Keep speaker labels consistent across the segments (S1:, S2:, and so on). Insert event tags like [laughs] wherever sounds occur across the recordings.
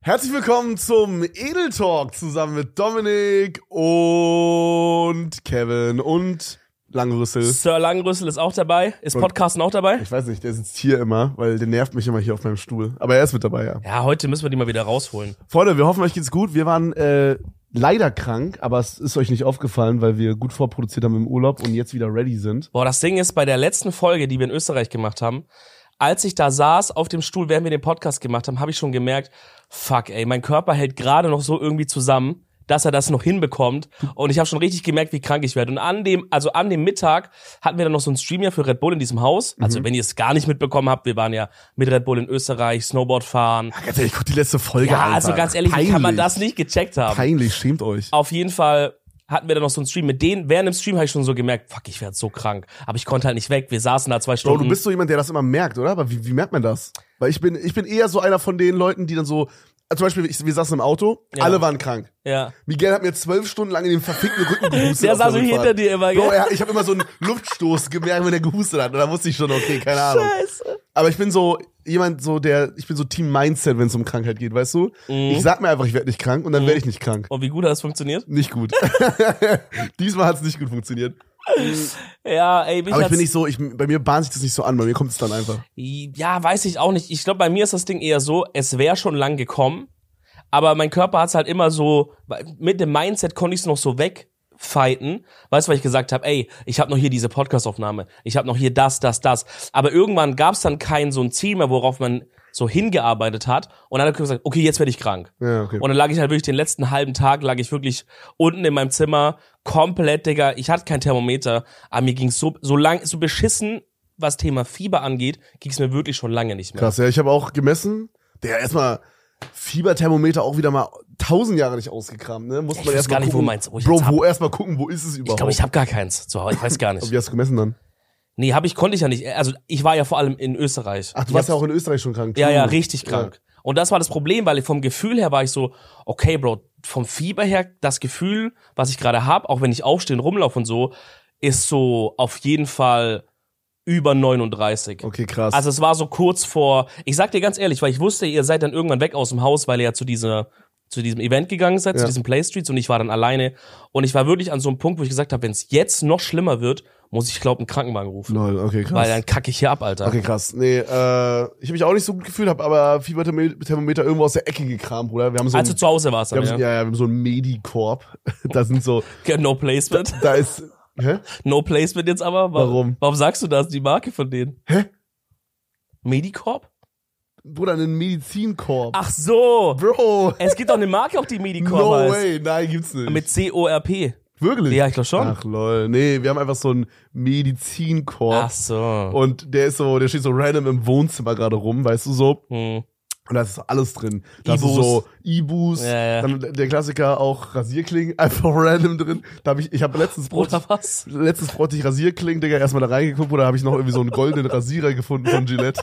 S1: Herzlich willkommen zum Edel Talk zusammen mit Dominik und Kevin und Langrüssel.
S2: Sir Langrüssel ist auch dabei. Ist
S1: Und-
S2: Podcasten auch dabei?
S1: Ich weiß nicht, der sitzt hier immer, weil der nervt mich immer hier auf meinem Stuhl. Aber er ist mit dabei, ja.
S2: Ja, heute müssen wir die mal wieder rausholen.
S1: Freunde, wir hoffen, euch geht's gut. Wir waren äh, leider krank, aber es ist euch nicht aufgefallen, weil wir gut vorproduziert haben im Urlaub und jetzt wieder ready sind.
S2: Boah, das Ding ist, bei der letzten Folge, die wir in Österreich gemacht haben, als ich da saß auf dem Stuhl, während wir den Podcast gemacht haben, habe ich schon gemerkt, fuck ey, mein Körper hält gerade noch so irgendwie zusammen, dass er das noch hinbekommt. Und ich habe schon richtig gemerkt, wie krank ich werde. Und an dem, also an dem Mittag hatten wir dann noch so einen Stream ja für Red Bull in diesem Haus.
S1: Mhm.
S2: Also wenn ihr es gar nicht mitbekommen habt, wir waren ja mit Red Bull in Österreich, Snowboard fahren.
S1: Ganz ehrlich, guck die letzte Folge
S2: Ja, also ganz ehrlich, wie kann man das nicht gecheckt haben?
S1: Peinlich, schämt euch.
S2: auf jeden Fall hatten wir dann noch so einen Stream. Mit denen, während dem Stream habe ich schon so gemerkt, fuck, ich werde so krank. Aber ich konnte halt nicht weg. Wir saßen da zwei
S1: Bro,
S2: Stunden.
S1: du bist so jemand, der das immer merkt, oder? Aber wie, wie merkt man das? Weil ich bin, ich bin eher so einer von den Leuten, die dann so, also zum Beispiel, ich, wir saßen im Auto,
S2: Ja.
S1: alle waren krank.
S2: ja.
S1: Miguel hat mir zwölf Stunden lang in den verfickten
S2: [laughs]
S1: Rücken gehustet.
S2: Der
S1: auf
S2: saß so
S1: Rückfahrt.
S2: hinter dir immer,
S1: Bro,
S2: gell?
S1: ja, ich habe immer so einen Luftstoß gemerkt, wenn er gehustet hat. Und da wusste ich schon, okay, keine Ahnung.
S2: Scheiße.
S1: Aber ich bin so jemand, so der, ich bin so Team Mindset, wenn es um Krankheit geht, weißt du?
S2: Mhm.
S1: Ich sag mir einfach, ich werde nicht krank und dann werd werde ich nicht krank.
S2: Und Oh, wie gut hat das funktioniert?
S1: Nicht gut. [laughs] Diesmal hat es nicht gut funktioniert.
S2: Ja, ey, mich
S1: Aber ich
S2: hat's-
S1: bin nicht so, ich, bei mir bahnt sich das nicht so an, bei mir kommt es dann einfach.
S2: Ja, weiß ich auch nicht. Ich glaube, bei mir ist das Ding eher so, es wäre schon lang gekommen, aber mein Körper hat's halt immer so, mit dem Mindset konnte ich's noch so wegfighten. Weißt du, weil ich gesagt habe, ey, ich habe noch hier diese Podcast-Aufnahme, ich habe noch hier das, das, das. Aber irgendwann gab's dann kein so ein Ziel mehr, worauf man so hingearbeitet hat. Und dann hat er gesagt, okay, jetzt werde ich krank.
S1: Ja, okay.
S2: Und dann lag ich halt wirklich den letzten halben Tag, lag ich wirklich unten in meinem Zimmer, komplett, Digga, ich hatte kein Thermometer, aber mir ging's so, so lang, so beschissen, was Thema Fieber angeht, ging's mir wirklich schon lange nicht mehr.
S1: Krass, ja, ich habe auch gemessen. Der erstmal Fieberthermometer auch wieder mal tausend Jahre nicht ausgekramt, ne? Muss
S2: Ich
S1: man
S2: weiß
S1: erst
S2: gar
S1: mal
S2: nicht, wo
S1: gucken.
S2: meins- wo ich
S1: Bro,
S2: jetzt
S1: wo erstmal gucken, wo ist es überhaupt?
S2: Ich glaube, ich habe gar keins zu Hause, ich weiß gar
S1: Und
S2: nicht.
S1: Wie hast du gemessen dann?
S2: Nee, hab ich, konnte ich ja nicht, also ich war ja vor allem in Österreich.
S1: Ach, du
S2: Ich
S1: warst ja
S2: hab-
S1: auch in Österreich schon krank.
S2: Ja, ja,
S1: Entschuldigung.
S2: richtig krank. Und das war das Problem, weil vom Gefühl her war ich so, okay, Bro, vom Fieber her, das Gefühl, was ich gerade habe, auch wenn ich aufstehe und rumlaufe und so, ist so auf jeden Fall über 39.
S1: Ja. Okay, krass.
S2: Also es war so kurz vor, ich sag dir ganz ehrlich, weil ich wusste, ihr seid dann irgendwann weg aus dem Haus, weil ihr ja zu dieser zu diesem Event gegangen seid,
S1: Ja.
S2: zu diesem Play Streets und ich war dann alleine und ich war wirklich an so einem Punkt, wo ich gesagt habe, wenn es jetzt noch schlimmer wird, muss ich glaube einen Krankenwagen rufen,
S1: Lol, okay, krass.
S2: weil dann kacke ich hier ab, Alter.
S1: Okay, krass. Nee, äh, ich habe mich auch nicht so gut gefühlt, habe aber Fieberthermometer irgendwo aus der Ecke gekramt, Bruder. Wir haben so
S2: Als du
S1: ein,
S2: Also zu Hause warst,
S1: wir
S2: dann,
S1: haben so, ja. ja, wir haben so ein Medikorb. [laughs] da sind so,
S2: ja. No Placement.
S1: [laughs] da ist, hä?
S2: No Placement jetzt aber. Wa-
S1: Warum?
S2: Warum sagst du das? Die Marke von denen.
S1: Hä?
S2: Medicorp?
S1: Bruder, ein Medizinkorb.
S2: Ach so.
S1: Bro,
S2: Es gibt doch eine Marke, auch die Medicorp
S1: no
S2: heißt.
S1: way, nein, gibt's nicht.
S2: Mit C-O-R-P.
S1: Wirklich?
S2: Ja, ich glaube schon.
S1: Ach lol. Nee, wir haben einfach so einen
S2: Ach
S1: Medizinkorb.
S2: so.
S1: Und der ist so, der steht so random im Wohnzimmer gerade rum, weißt du so.
S2: Hm.
S1: Und da ist so alles drin. Da ist
S2: Ibus.
S1: so Ibus,
S2: Ja, ja.
S1: dann der Klassiker auch Rasierklingen, [laughs] einfach random drin. Da habe ich, ich habe letztens
S2: Oder
S1: Brot,
S2: was?
S1: letztens Brot, ich Rasierklingen, Digga, erstmal da reingeguckt, oder habe ich noch irgendwie so einen goldenen Rasierer gefunden von Gillette.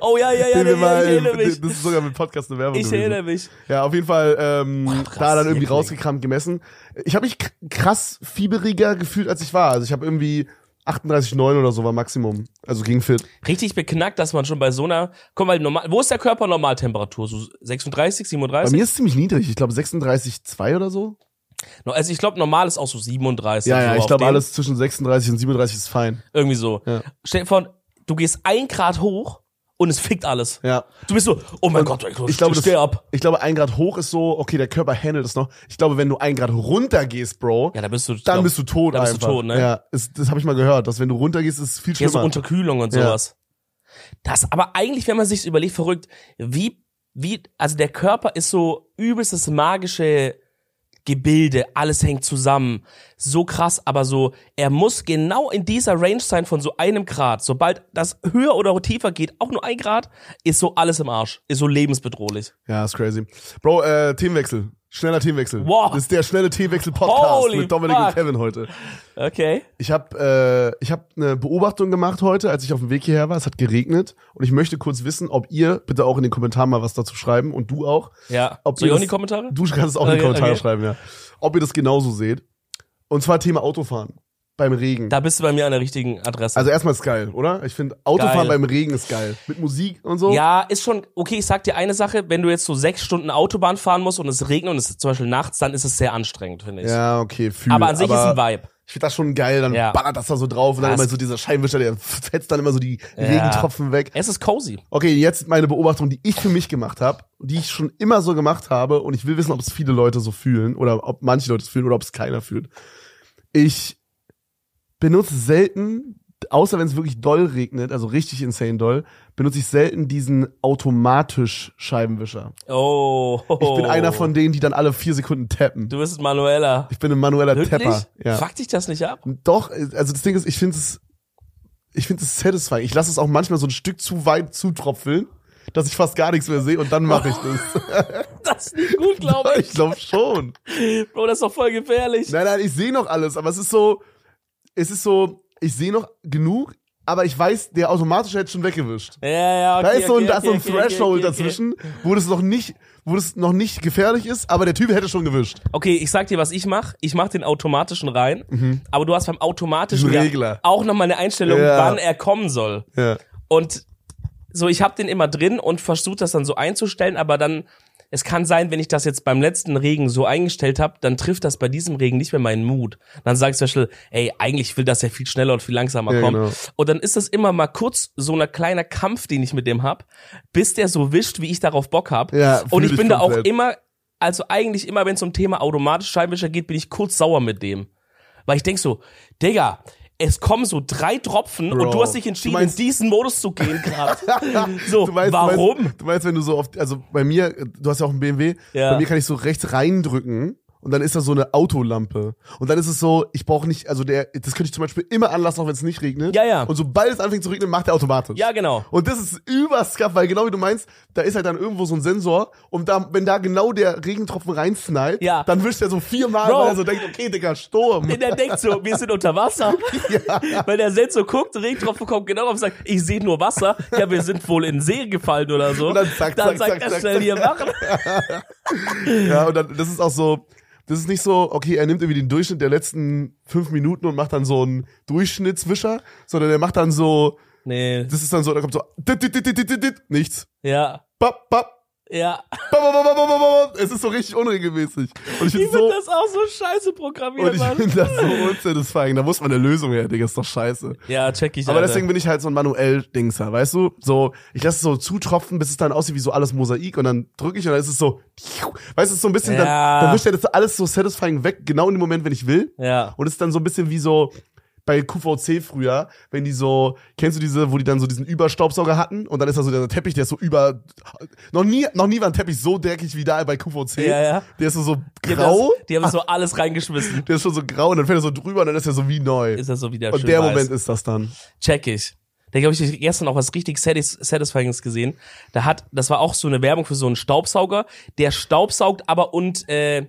S2: Oh [laughs] ja, ja, ja,
S1: [laughs] den
S2: ja,
S1: wir
S2: ja
S1: mal,
S2: ich erinnere mich.
S1: das ist sogar mit Podcast eine Werbung
S2: Ich
S1: gewesen.
S2: erinnere mich.
S1: Ja, auf jeden Fall ähm,
S2: krass,
S1: da dann irgendwie
S2: Liebling.
S1: rausgekramt gemessen. Ich habe mich k- krass fieberiger gefühlt, als ich war. Also ich habe irgendwie 38,9 oder so war Maximum. Also ging fit.
S2: Richtig beknackt, dass man schon bei so einer. Komm mal, normal. Wo ist der Körper Normaltemperatur? So 36,
S1: Bei
S2: 37?
S1: mir ist es ziemlich niedrig. Ich glaube 36,2 oder so.
S2: No, Also ich glaube, normal ist auch so 37.
S1: Ja,
S2: so
S1: ja, ich
S2: Also auf
S1: glaube
S2: dem-
S1: alles zwischen 36 und 37 ist fein.
S2: Irgendwie so.
S1: Ja.
S2: Stell dir vor, du gehst ein Grad hoch und es fickt alles.
S1: Ja.
S2: Du bist so, oh mein
S1: Und
S2: Gott, ich,
S1: ich glaube, das-
S2: steh ab.
S1: Ich glaube, ein Grad hoch ist so, okay, der Körper handelt es noch. Ich glaube, wenn du ein Grad runter gehst, Bro,
S2: Ja, da bist du.
S1: dann bist du tot
S2: dann bist
S1: einfach.
S2: du tot, ne?
S1: Ja, ist, das habe ich mal gehört, dass wenn du runter gehst, ist es viel
S2: Ja, so
S1: schlimmer.
S2: Unterkühlung und
S1: Ja.
S2: sowas. Das, aber eigentlich, wenn man sich's überlegt, verrückt, wie, wie, also der Körper ist so übelstes magische Gebilde, alles hängt zusammen. So krass, aber so, er muss genau in dieser Range sein von so einem Grad. Sobald das höher oder tiefer geht, auch nur ein Grad, ist so alles im Arsch. Ist so lebensbedrohlich.
S1: Ja, ist crazy. Bro, äh, Themenwechsel. Schneller Themenwechsel.
S2: Wow.
S1: Das ist der schnelle Themenwechsel-Podcast
S2: Holy
S1: mit Dominik und
S2: fuck.
S1: Kevin heute.
S2: Okay.
S1: Ich habe äh, ich hab eine Beobachtung gemacht heute, als ich auf dem Weg hierher war. Es hat geregnet. Und ich möchte kurz wissen, ob ihr bitte auch in den Kommentaren mal was dazu schreiben und du auch.
S2: Ja.
S1: Ob
S2: Soll
S1: ihr
S2: ich auch in
S1: das-
S2: die Kommentare?
S1: Du kannst es auch in die
S2: Okay,
S1: Kommentare
S2: okay.
S1: schreiben, ja. Ob ihr das genauso seht. Und zwar Thema Autofahren. beim Regen.
S2: Da bist du bei mir an der richtigen Adresse.
S1: Also erstmal ist geil, oder? Ich finde Autofahren
S2: Geil.
S1: beim Regen ist geil. Mit Musik und so.
S2: Ja, ist schon, okay, ich sag dir eine Sache, wenn du jetzt so sechs Stunden Autobahn fahren musst und es regnet und es ist zum Beispiel nachts, dann ist es sehr anstrengend, finde ich.
S1: Ja, okay, fühl.
S2: aber an sich ist ein Vibe.
S1: Ich finde das schon geil, dann
S2: Ja.
S1: ballert das da so drauf und dann
S2: Ja,
S1: immer
S2: es-
S1: so dieser Scheinwischer, der fetzt dann immer so die Regentropfen weg.
S2: Es ist cozy.
S1: Okay, jetzt meine Beobachtung, die ich für mich gemacht habe, die ich schon immer so gemacht habe und ich will wissen, ob es viele Leute so fühlen oder ob manche Leute es fühlen oder ob es keiner fühlt. Ich benutze selten, außer wenn es wirklich doll regnet, also richtig insane doll, benutze ich selten diesen automatisch Scheibenwischer.
S2: Oh.
S1: Ich bin einer von denen, die dann alle vier Sekunden tappen.
S2: Du bist ein Manueller.
S1: Ich bin ein manueller
S2: Wirklich?
S1: Tapper. Ja.
S2: Fuck dich das nicht ab?
S1: Doch, also das Ding ist, ich finde es, ich finde es satisfying. Ich lasse es auch manchmal so ein Stück zu weit zutropfeln, dass ich fast gar nichts mehr sehe und dann mache ich
S2: [laughs]
S1: das.
S2: Das ist nicht
S1: [laughs]
S2: gut, glaube
S1: ich glaube schon.
S2: ich. Bro, das ist doch voll gefährlich.
S1: Nein, nein, ich sehe noch alles, aber es ist so, es ist so, ich sehe noch genug, aber ich weiß, der automatisch hätte schon weggewischt.
S2: Ja, ja, okay,
S1: Da ist so ein,
S2: okay,
S1: da ist so ein
S2: okay, okay,
S1: Threshold
S2: okay, okay.
S1: dazwischen, wo das noch nicht, wo das noch nicht gefährlich ist, aber der Typ hätte schon gewischt.
S2: Okay, ich sag dir, was ich mache. Ich mache den automatischen rein, aber du hast beim automatischen
S1: Mhm. Diesen
S2: ja
S1: Regler.
S2: auch nochmal eine Einstellung,
S1: Ja.
S2: wann er kommen soll.
S1: Ja.
S2: Und so, ich habe den immer drin und versuche das dann so einzustellen, aber dann, es kann sein, wenn ich das jetzt beim letzten Regen so eingestellt habe, dann trifft das bei diesem Regen nicht mehr meinen Mut. Dann sag ich zum Beispiel, ey, eigentlich will das ja viel schneller und viel langsamer
S1: Ja,
S2: kommen.
S1: genau.
S2: Und dann ist das immer mal kurz so ein kleiner Kampf, den ich mit dem hab, bis der so wischt, wie ich darauf Bock hab.
S1: Ja, fühl
S2: und ich
S1: dich
S2: bin da auch
S1: komplett.
S2: immer, also eigentlich immer, wenn es um Thema automatisch Scheinwischer geht, bin ich kurz sauer mit dem. Weil ich denk so, Digga, es kommen so drei Tropfen
S1: Bro,
S2: und du hast dich
S1: du
S2: entschieden,
S1: meinst-
S2: in diesen Modus zu gehen gerade.
S1: [laughs]
S2: so,
S1: Du meinst,
S2: warum?
S1: Du meinst, du meinst, wenn du so oft, also bei mir, du hast ja auch einen BMW,
S2: Ja.
S1: bei mir kann ich so rechts reindrücken und dann ist da so eine Autolampe. Und dann ist es so, ich brauche nicht, also der, das könnte ich zum Beispiel immer anlassen, auch wenn es nicht regnet.
S2: Ja, ja.
S1: Und sobald es anfängt zu regnen, macht er automatisch.
S2: ja, genau.
S1: Und das ist überskaff, weil genau wie du meinst, da ist halt dann irgendwo so ein Sensor und da, wenn da genau der Regentropfen reinsniped,
S2: Ja.
S1: dann wischt er so viermal,
S2: Bro.
S1: weil er so denkt, okay, Digga, Sturm.
S2: Und der denkt so, wir sind
S1: [laughs]
S2: unter Wasser. Weil der Sensor guckt, Regentropfen kommt genau drauf und sagt, ich sehe nur Wasser. Ja, wir sind wohl in den See gefallen oder so.
S1: Und dann zack, zack,
S2: sagt
S1: zack,
S2: er
S1: zack,
S2: schnell
S1: zack.
S2: hier machen.
S1: Ja, und dann, das ist auch so, das ist nicht so, okay, er nimmt irgendwie den Durchschnitt der letzten fünf Minuten und macht dann so einen Durchschnittswischer, sondern er macht dann so,
S2: Nee.
S1: das ist dann so, da kommt so, dit, dit, dit, dit, dit, dit, dit, nichts.
S2: Ja.
S1: Bap, bap. [laughs]
S2: Ja.
S1: Bap, bap, bap, bap, bap, bap, bap. Es ist so richtig unregelmäßig. Und ich
S2: Ich
S1: finde
S2: finde
S1: so,
S2: das auch so scheiße
S1: und
S2: programmiert,
S1: ich
S2: Mann.
S1: finde das so unsatisfying. Da muss man eine Lösung her, Digga, ist doch scheiße.
S2: Ja, ne. check ich.
S1: Aber
S2: Alter.
S1: deswegen bin ich halt so ein manuell Dingser, weißt du? So, ich lasse es so zutropfen, bis es dann aussieht wie so alles Mosaik und dann drücke ich und dann ist es so, weißt du, es ist so ein bisschen,
S2: Ja.
S1: dann, dann wischt er das alles so satisfying weg, genau in dem Moment, wenn ich will.
S2: Ja.
S1: Und es ist dann so ein bisschen wie so bei QVC früher, wenn die so, kennst du diese, wo die dann so diesen Überstaubsauger hatten und dann ist da so der Teppich, der ist so über, noch nie, noch nie war ein Teppich so dreckig wie da bei QVC.
S2: Ja, ja.
S1: Der ist so, so
S2: Die haben
S1: grau,
S2: Das, die haben so
S1: Ah.
S2: alles reingeschmissen.
S1: der ist schon so grau und dann fällt er so drüber und dann ist er so wie neu.
S2: Ist das so wieder
S1: und
S2: schön
S1: der
S2: weiß.
S1: Moment ist das dann.
S2: Check ich. Da habe ich gestern auch was richtig Satis Satisfyinges gesehen. Da hat, das war auch so eine Werbung für so einen Staubsauger, der staubsaugt aber und äh,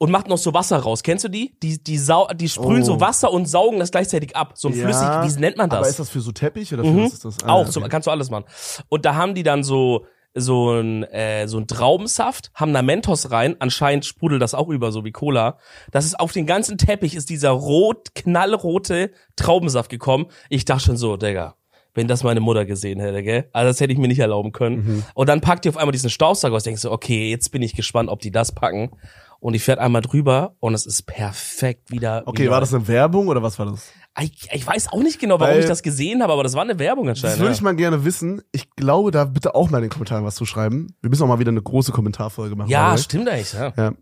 S2: und macht noch so Wasser raus. Kennst du die? Die die sau die sprühen
S1: Oh.
S2: so Wasser und saugen das gleichzeitig ab. So ein flüssig, wie nennt man das? Mhm.
S1: Aber ist das für so Teppich oder für was ist das? Ah,
S2: auch,
S1: okay.
S2: so, kannst du alles machen. Und da haben die dann so so ein äh, so ein Traubensaft, haben da Mentos rein, anscheinend sprudelt das auch über, so wie Cola. Das ist auf den ganzen Teppich ist dieser rot knallrote Traubensaft gekommen. Ich dachte schon so, Digga, wenn das meine Mutter gesehen hätte, gell? Also das hätte ich mir nicht erlauben können.
S1: Mhm.
S2: Und dann packt die auf einmal diesen Staubsauger aus, denkst du, okay, jetzt bin ich gespannt, ob die das packen. Und ich fährt einmal drüber und es ist perfekt wieder.
S1: Okay,
S2: wieder.
S1: war das eine Werbung oder was war das?
S2: Ich, ich weiß auch nicht genau, warum
S1: Weil-
S2: ich das gesehen habe, aber das war eine Werbung anscheinend.
S1: Das würde
S2: ja.
S1: ich mal gerne wissen. Ich glaube, da bitte auch mal in den Kommentaren was zu schreiben. Wir müssen auch mal wieder eine große Kommentarfolge machen. by
S2: Ja,
S1: the way.
S2: stimmt eigentlich, ja.
S1: Ja.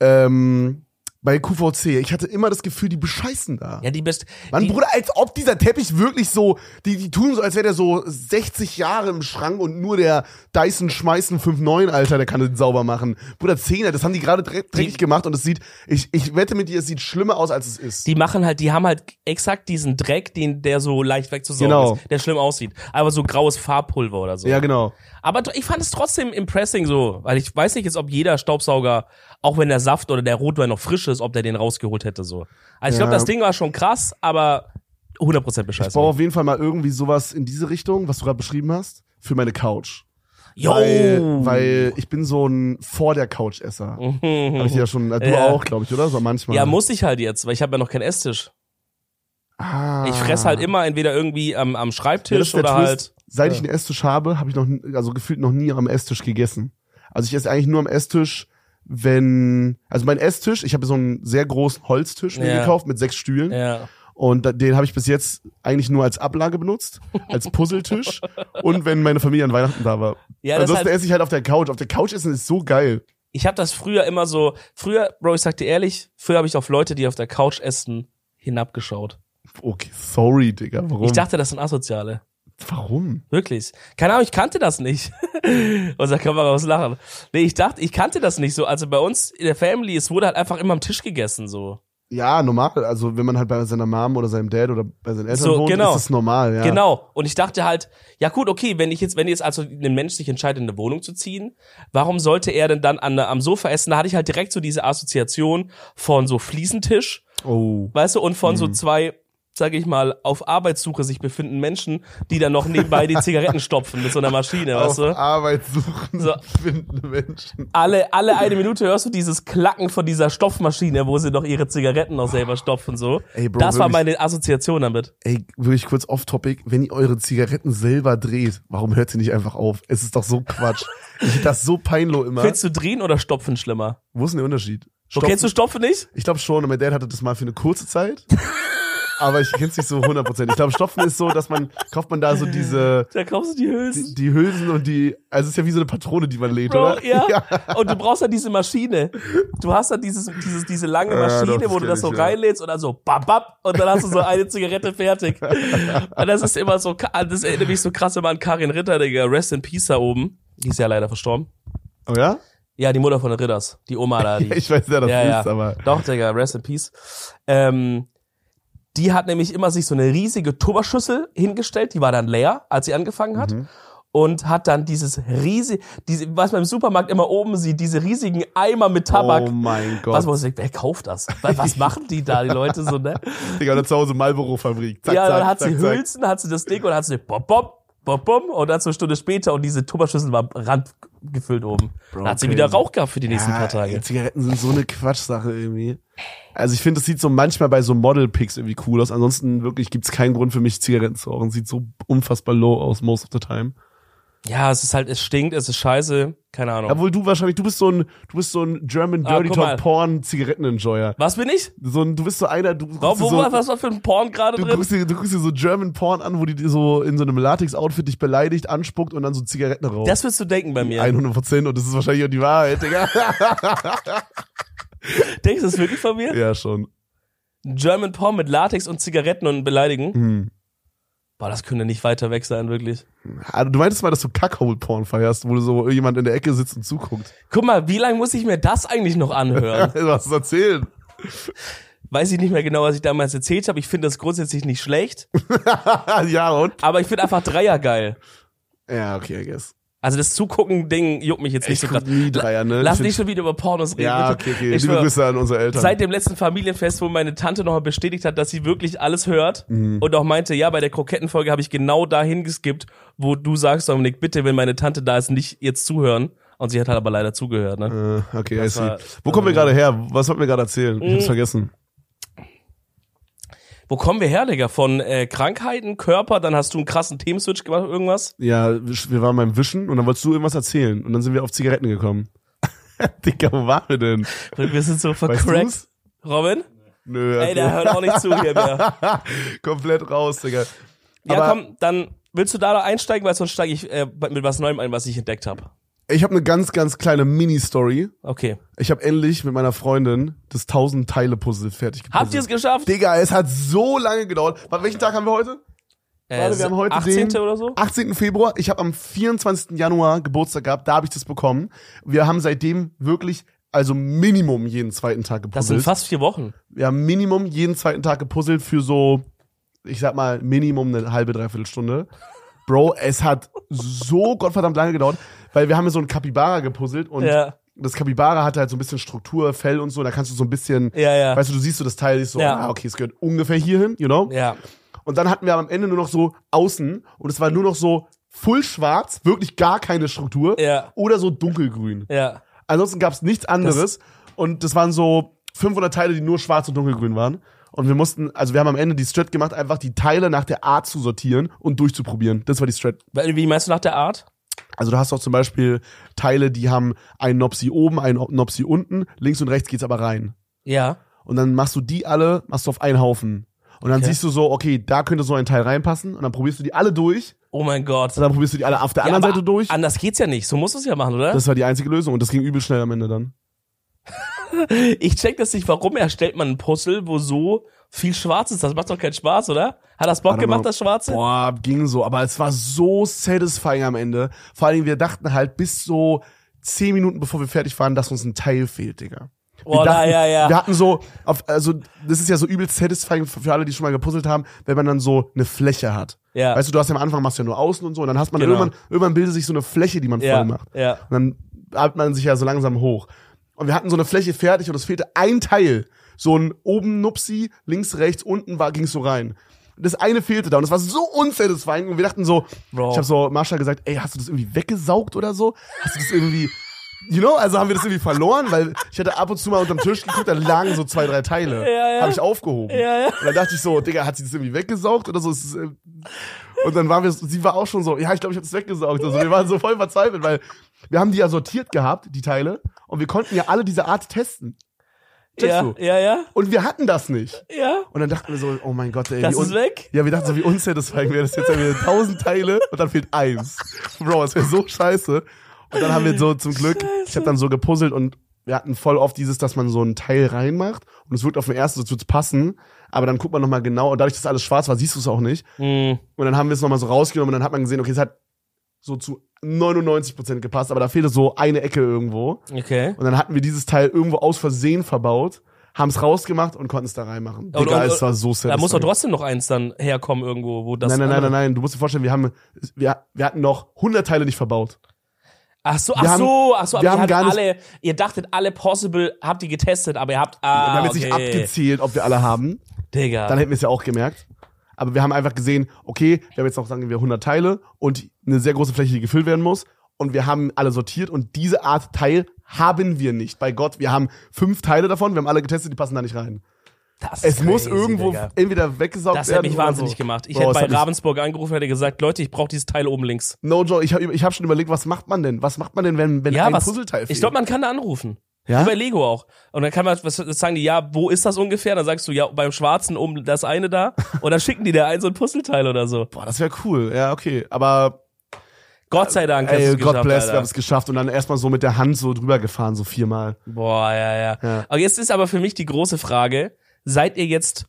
S1: Ähm, bei QVC, ich hatte immer das Gefühl, die bescheißen da.
S2: Ja, die best.
S1: Mann,
S2: die,
S1: Bruder, als ob dieser Teppich wirklich so, die, die tun so, als wäre der so 60 Jahre im Schrank und nur der Dyson schmeißen 5.9, Alter, der kann den sauber machen. Bruder, 10er, das haben die gerade dre- dreckig gemacht und es sieht, ich, ich wette mit dir, es sieht schlimmer aus, als es ist.
S2: die machen halt, die haben halt exakt diesen Dreck, den der so leicht wegzusaugen
S1: Genau.
S2: ist, der schlimm aussieht. Aber so graues Farbpulver oder so.
S1: ja, genau.
S2: Aber tr- ich fand es trotzdem impressing so, weil ich weiß nicht jetzt, ob jeder Staubsauger, auch wenn der Saft oder der Rotwein noch frisch ist, ob der den rausgeholt hätte so. Also ich glaube,
S1: Ja.
S2: das Ding war schon krass, aber 100%
S1: Ich brauche
S2: bescheißen.
S1: auf jeden Fall mal irgendwie sowas in diese Richtung, was du gerade beschrieben hast, für meine Couch.
S2: Jo!
S1: Weil, weil ich bin so ein vor der Couch-Esser. Hab ich dir ja schon, äh, du
S2: [laughs] Mhm. Ja.
S1: auch, glaube ich, oder? So manchmal.
S2: ja, muss ich halt jetzt, weil ich habe ja noch keinen Esstisch.
S1: Ah.
S2: Ich fresse halt immer entweder irgendwie am, am
S1: Ja, das
S2: Schreibtisch
S1: ist der
S2: oder
S1: Twist.
S2: halt.
S1: Seit ich
S2: Ja.
S1: einen Esstisch habe, habe ich noch, n- also gefühlt noch nie am Esstisch gegessen. Also ich esse eigentlich nur am Esstisch, wenn, also mein Esstisch, ich habe so einen sehr großen Holztisch mir
S2: Ja.
S1: gekauft mit sechs Stühlen
S2: halt, Ja.
S1: und da, den habe ich bis jetzt eigentlich nur als Ablage benutzt, als Puzzletisch und wenn meine Familie an Weihnachten da war.
S2: Ja, das ist
S1: Ansonsten
S2: halt,
S1: esse ich halt auf der Couch. Auf der Couch essen ist so geil.
S2: ich habe das früher immer so. Früher, Bro, ich sag dir ehrlich, früher habe ich auf Leute, die auf der Couch essen, hinabgeschaut.
S1: Okay, sorry, Digga, warum?
S2: Ich dachte, das sind Asoziale.
S1: warum?
S2: Wirklich. Keine Ahnung, ich kannte das nicht. [laughs] Unser Kamera aus Lachen. Nee, ich dachte, ich kannte das nicht so. Also bei uns in der Family, es wurde halt einfach immer am Tisch gegessen, so.
S1: Ja, normal. Also wenn man halt bei seiner Mom oder seinem Dad oder bei seinen Eltern
S2: So,
S1: wohnt,
S2: genau.
S1: ist das normal, ja.
S2: Genau. Und ich dachte halt, ja gut, okay, wenn ich jetzt, wenn jetzt also ein Mensch sich entscheidet, in eine Wohnung zu ziehen, warum sollte er denn dann an, am Sofa essen? Da hatte ich halt direkt so diese Assoziation von so Fliesentisch,
S1: Oh.
S2: weißt du, und von so zwei, sage ich mal, auf Arbeitssuche sich befinden Menschen, die dann noch nebenbei die Zigaretten stopfen mit so einer Maschine,
S1: Auf
S2: weißt du?
S1: Arbeit suchen,
S2: So.
S1: findende Menschen.
S2: alle, alle eine Minute hörst du dieses Klacken von dieser Stopfmaschine, wo sie noch ihre Zigaretten noch selber stopfen, so.
S1: Ey, Bro,
S2: das war
S1: wirklich.
S2: meine Assoziation damit.
S1: Ey, wirklich kurz off-topic, wenn ihr eure Zigaretten selber dreht, warum hört ihr nicht einfach auf? Es ist doch so Quatsch. ich find das so peinlich immer.
S2: Willst du drehen oder stopfen schlimmer?
S1: Wo ist denn der Unterschied?
S2: Okay, kennst du Stopfen nicht?
S1: Ich glaube schon, und mein Dad hatte das mal für eine kurze
S2: [laughs]
S1: Zeit. aber ich kenn's nicht so 100%. Ich glaube, Stopfen ist so, dass man, kauft man da so diese,
S2: Da kaufst du die
S1: die,
S2: Hülsen.
S1: die Hülsen und die, also es ist ja wie so eine Patrone, die man lädt,
S2: Bro,
S1: oder?
S2: ja.
S1: [laughs]
S2: Und du brauchst dann diese Maschine. Du hast dann dieses, dieses, diese lange
S1: Ja,
S2: Maschine,
S1: Ah, doch, das
S2: wo du das so
S1: kenn ich, ja.
S2: reinlädst und dann so bap, bap, und dann hast du so eine Zigarette fertig. Und das ist immer so, ka- das erinnert mich so krass immer an Karin Ritter, Digga. Rest in Peace da oben. Die ist ja leider verstorben.
S1: Oh ja?
S2: Ja, die Mutter von den Ridders. Die Oma da, die.
S1: [laughs] Ich weiß ja, das
S2: Ja, ja.
S1: ist, aber.
S2: Doch, Digga, rest in peace. Ähm, die hat nämlich immer sich so eine riesige Tupperschüssel hingestellt, die war dann leer, als sie angefangen hat.
S1: Mhm.
S2: Und hat dann dieses riesige, diese, was man im Supermarkt immer oben sieht, diese riesigen Eimer mit Tabak.
S1: Oh mein Gott.
S2: was muss ich, wer kauft das?
S1: [laughs]
S2: Was, was machen die da, die Leute so, ne?
S1: Digga, oder zu Hause Marlboro-Fabrik. Zack,
S2: ja,
S1: zack,
S2: dann hat
S1: zack,
S2: sie
S1: zack.
S2: Hülsen, hat sie das Ding und hat sie bop, bop, bop, bop, und dann so eine Stunde später und diese Tupperschüssel war randgefüllt oben.
S1: Bro,
S2: dann hat sie
S1: crazy.
S2: wieder Rauch gehabt für die nächsten paar Tage.
S1: ey, Zigaretten sind so eine Quatschsache irgendwie. Also ich finde, das sieht so manchmal bei so Model-Pics irgendwie cool aus. Ansonsten wirklich gibt's keinen Grund für mich, Zigaretten zu rauchen. Sieht so unfassbar low aus, most of the time.
S2: Ja, es ist halt, es stinkt, es ist scheiße, keine Ahnung.
S1: Obwohl du wahrscheinlich, du bist so ein, du bist so ein German
S2: Ah,
S1: Dirty
S2: guck mal.
S1: Talk Porn Zigaretten-Enjoyer.
S2: Was bin ich?
S1: So ein, du bist so einer, du guckst
S2: Warum,
S1: dir
S2: wo,
S1: so,
S2: was war für ein Porn gerade
S1: du
S2: drin?
S1: guckst, dir, du guckst dir so German Porn an, wo die dir so in so einem Latex-Outfit dich beleidigt, anspuckt und dann so Zigaretten raucht.
S2: Das wirst du denken bei mir.
S1: 100 Prozent und das ist wahrscheinlich auch die Wahrheit, Digga.
S2: [laughs] Denkst du das wirklich von mir?
S1: ja, schon.
S2: German Porn mit Latex und Zigaretten und beleidigen?
S1: Hm.
S2: Boah, das könnte nicht weiter weg sein, wirklich.
S1: Also, du meintest mal, dass du Kackhole-Porn feierst, wo so jemand in der Ecke sitzt und zuguckt.
S2: Guck mal, wie lange muss ich mir das eigentlich noch
S1: [laughs]
S2: anhören?
S1: Was zu erzählen?
S2: Weiß ich nicht mehr genau, was ich damals erzählt habe. Ich finde das grundsätzlich nicht schlecht,
S1: Ah, ja, und?
S2: aber ich finde einfach Dreier geil.
S1: Ja, okay, I guess.
S2: Also das Zugucken-Ding juckt mich jetzt nicht
S1: Ich
S2: so
S1: guck
S2: krass.
S1: nie Dreier, ne?
S2: Lass
S1: Ich find-
S2: nicht schon wieder über Pornos reden.
S1: Ja,
S2: bitte.
S1: okay, okay.
S2: Ich
S1: Liebe
S2: schwöre,
S1: Grüße an unsere Eltern.
S2: Seit dem letzten Familienfest, wo meine Tante nochmal bestätigt hat, dass sie wirklich alles hört
S1: Mhm.
S2: und auch meinte, ja, bei der Krokettenfolge habe ich genau dahin geskippt, wo du sagst, Dominik, bitte, wenn meine Tante da ist, nicht jetzt zuhören. Und sie hat halt aber leider zugehört, ne?
S1: äh, okay, I see.
S2: war-
S1: Wo kommen wir gerade her? Was wollten wir gerade erzählen?
S2: Mhm.
S1: Ich hab's vergessen.
S2: Wo kommen wir her, Digga? Von äh, Krankheiten, Körper, dann hast du einen krassen Themenswitch gemacht, irgendwas?
S1: Ja, wir waren beim Wischen und dann wolltest du irgendwas erzählen und dann sind wir auf Zigaretten gekommen. [laughs] Digga, wo waren wir denn?
S2: Wir sind so
S1: Weißt
S2: vercrackt.
S1: du's?
S2: Robin?
S1: Nö, also
S2: Ey, der hört auch nicht zu
S1: [laughs]
S2: hier mehr.
S1: komplett raus, Digga.
S2: Ja,
S1: Aber-
S2: komm, dann willst du da noch einsteigen, weil sonst steige ich äh, mit was Neuem ein, was ich entdeckt habe.
S1: Ich habe eine ganz, ganz kleine Mini-Story.
S2: Okay.
S1: Ich habe endlich mit meiner Freundin das 1000-Teile-Puzzle fertig gepuzzelt.
S2: Habt ihr es geschafft?
S1: Digga, es hat so lange gedauert. Warte, welchen Tag haben wir heute? Warte, wir haben heute
S2: 18.
S1: den-
S2: Äh, oder so?
S1: 18. Februar. Ich habe am 24. Januar Geburtstag gehabt, da habe ich das bekommen. Wir haben seitdem wirklich, also Minimum jeden zweiten Tag
S2: Das sind
S1: gepuzzelt.
S2: fast vier Wochen.
S1: wir haben Minimum jeden zweiten Tag gepuzzelt für so, ich sag mal, Minimum eine halbe, dreiviertel Stunde. Bro, es hat so gottverdammt lange gedauert, weil wir haben so ein Capybara gepuzzelt und
S2: Ja.
S1: das Capybara hatte halt so ein bisschen Struktur, Fell und so, da kannst du so ein bisschen
S2: Ja, ja.
S1: Weißt du, du siehst so das Teil, siehst so,
S2: Ja.
S1: ah, okay, es gehört ungefähr hierhin, you know?
S2: ja.
S1: Und dann hatten wir am Ende nur noch so außen und es war nur noch so full schwarz, wirklich gar keine Struktur
S2: Ja.
S1: oder so dunkelgrün.
S2: Ja.
S1: Ansonsten gab's nichts anderes und das waren so 500 Teile, die nur schwarz und dunkelgrün waren. Und wir mussten, also wir haben am Ende die Strat gemacht, einfach die Teile nach der Art zu sortieren und durchzuprobieren. Das war die Strat.
S2: Weil, Wie meinst du nach der Art?
S1: Also du hast auch zum Beispiel Teile, die haben einen Nopsi oben, einen Nopsi unten, links und rechts geht's aber rein.
S2: Ja.
S1: Und dann machst du die alle, machst du auf einen Haufen. Und dann
S2: Okay.
S1: siehst du so, okay, da könnte so ein Teil reinpassen. Und dann probierst du die alle durch.
S2: Oh mein Gott.
S1: Und dann probierst du die alle auf der
S2: Ja,
S1: anderen
S2: aber
S1: Seite durch.
S2: Anders geht's ja nicht. So musst du es ja machen, oder?
S1: Das war die einzige Lösung. Und das ging übel schnell am Ende dann.
S2: ich check das nicht. Warum erstellt man ein Puzzle, wo so viel Schwarz ist? Das macht doch keinen Spaß, oder? Hat das Bock
S1: Warte
S2: gemacht,
S1: mal.
S2: das Schwarze?
S1: Boah, ging so. Aber es war so satisfying am Ende. Vor allen Dingen, wir dachten halt bis so zehn Minuten, bevor wir fertig waren, dass uns ein Teil fehlt, Digga. Wir
S2: Boah,
S1: dachten,
S2: Oh, ja, ja.
S1: Wir hatten so, auf, also das ist ja so übel satisfying für alle, die schon mal gepuzzelt haben, wenn man dann so eine Fläche hat.
S2: Ja.
S1: Weißt du, du hast ja am Anfang machst du ja nur außen und so, und dann hast man
S2: Genau.
S1: irgendwann, irgendwann bildet sich so eine Fläche, die man
S2: ja,
S1: voll macht.
S2: ja.
S1: Und dann hat man sich ja so langsam hoch. Und wir hatten so eine Fläche fertig und es fehlte ein Teil. So ein oben Nupsi, links, rechts, unten war, ging so rein. Und Das eine fehlte da und es war so unsatisfying und wir dachten so,
S2: Bro.
S1: ich habe so Marsha gesagt, ey, hast du das irgendwie weggesaugt oder so? Hast du das irgendwie, you know, also haben wir das irgendwie verloren, weil ich hatte ab und zu mal unterm Tisch geguckt, da lagen so zwei, drei Teile.
S2: Ja, ja.
S1: Habe ich aufgehoben.
S2: Ja, ja.
S1: Und dann dachte ich so, Digga, hat sie das irgendwie weggesaugt oder so? Es Ist, äh, und dann waren wir, sie war auch schon so, ja, ich glaube, ich habe das weggesaugt. Also wir waren so voll verzweifelt, weil wir haben die ja sortiert gehabt, die Teile, und wir konnten ja alle diese Art testen. Checkst
S2: Ja,
S1: du?
S2: ja, ja,
S1: Und wir hatten das nicht.
S2: ja.
S1: Und dann dachten wir so, oh mein Gott, ey,
S2: Das
S1: wie
S2: ist
S1: un-
S2: weg.
S1: Ja, wir dachten so, wie unsatisfying wäre das jetzt, wenn wir tausend Teile und dann fehlt eins. Bro, das wäre so scheiße. Und dann haben wir so zum Glück, ich habe dann so gepuzzelt und wir hatten voll oft dieses, dass man so einen Teil reinmacht und es wirkt auf den ersten, so wird's passen, aber dann guckt man nochmal genau und dadurch, dass alles schwarz war, siehst du es auch nicht.
S2: Hm.
S1: Und dann haben wir es nochmal so rausgenommen und dann hat man gesehen, okay, es hat so zu 99% gepasst, aber da fehlte so eine Ecke irgendwo.
S2: Okay.
S1: Und dann hatten wir dieses Teil irgendwo aus Versehen verbaut, haben es rausgemacht und konnten es da reinmachen.
S2: Und-
S1: Digga,
S2: und-
S1: es war so
S2: Da muss doch
S1: satisfying.
S2: trotzdem noch eins dann herkommen irgendwo, wo das.
S1: nein, nein, nein,
S2: andere-
S1: nein, nein. Du musst dir vorstellen, wir haben, wir, wir hatten noch 100 Teile nicht verbaut.
S2: Ach so,
S1: Wir
S2: ach
S1: haben-
S2: so, ach so. aber
S1: wir
S2: ihr
S1: haben
S2: hattet
S1: gar nicht-
S2: alle, ihr dachtet alle possible, habt ihr getestet, aber ihr habt,
S1: wir
S2: ah,
S1: haben jetzt
S2: okay.
S1: nicht abgezählt, ob wir alle haben.
S2: Digga.
S1: Dann hätten wir es ja auch gemerkt. Aber wir haben einfach gesehen, okay, wir haben jetzt noch, sagen wir, 100 Teile und eine sehr große Fläche, die gefüllt werden muss. Und wir haben alle sortiert und diese Art Teil haben wir nicht. Bei Gott, wir haben fünf Teile davon, wir haben alle getestet, die passen da nicht rein.
S2: das
S1: Es
S2: ist
S1: muss
S2: crazy,
S1: irgendwo
S2: Digga.
S1: entweder weggesaugt
S2: Das hätte
S1: werden.
S2: mich
S1: oder
S2: wahnsinnig
S1: so.
S2: gemacht. Ich
S1: Bro, es
S2: hätte
S1: hat
S2: bei
S1: mich-
S2: Ravensburg angerufen und hätte gesagt, Leute, ich brauche dieses Teil oben links.
S1: No joke, ich habe ich hab schon überlegt, was macht man denn? Was macht man denn, wenn, wenn ein
S2: was,
S1: Puzzleteil fehlt?
S2: Ich glaube, man kann da anrufen.
S1: Ja?
S2: Wie bei Lego auch. Und dann kann man, was was sagen die, ja, wo ist das ungefähr? Dann sagst du, ja, beim Schwarzen oben das eine da. Und dann schicken die dir ein so ein Puzzleteil oder so.
S1: Boah, das wäre cool. Ja, okay. Aber
S2: Gott sei Dank hast
S1: Ey,
S2: du's
S1: Gott
S2: geschafft,
S1: bless,
S2: Alter.
S1: wir haben es geschafft und dann erstmal so mit der Hand so drüber gefahren, so viermal.
S2: Boah, ja, ja,
S1: Ja.
S2: Aber jetzt ist aber für mich die große Frage, seid ihr jetzt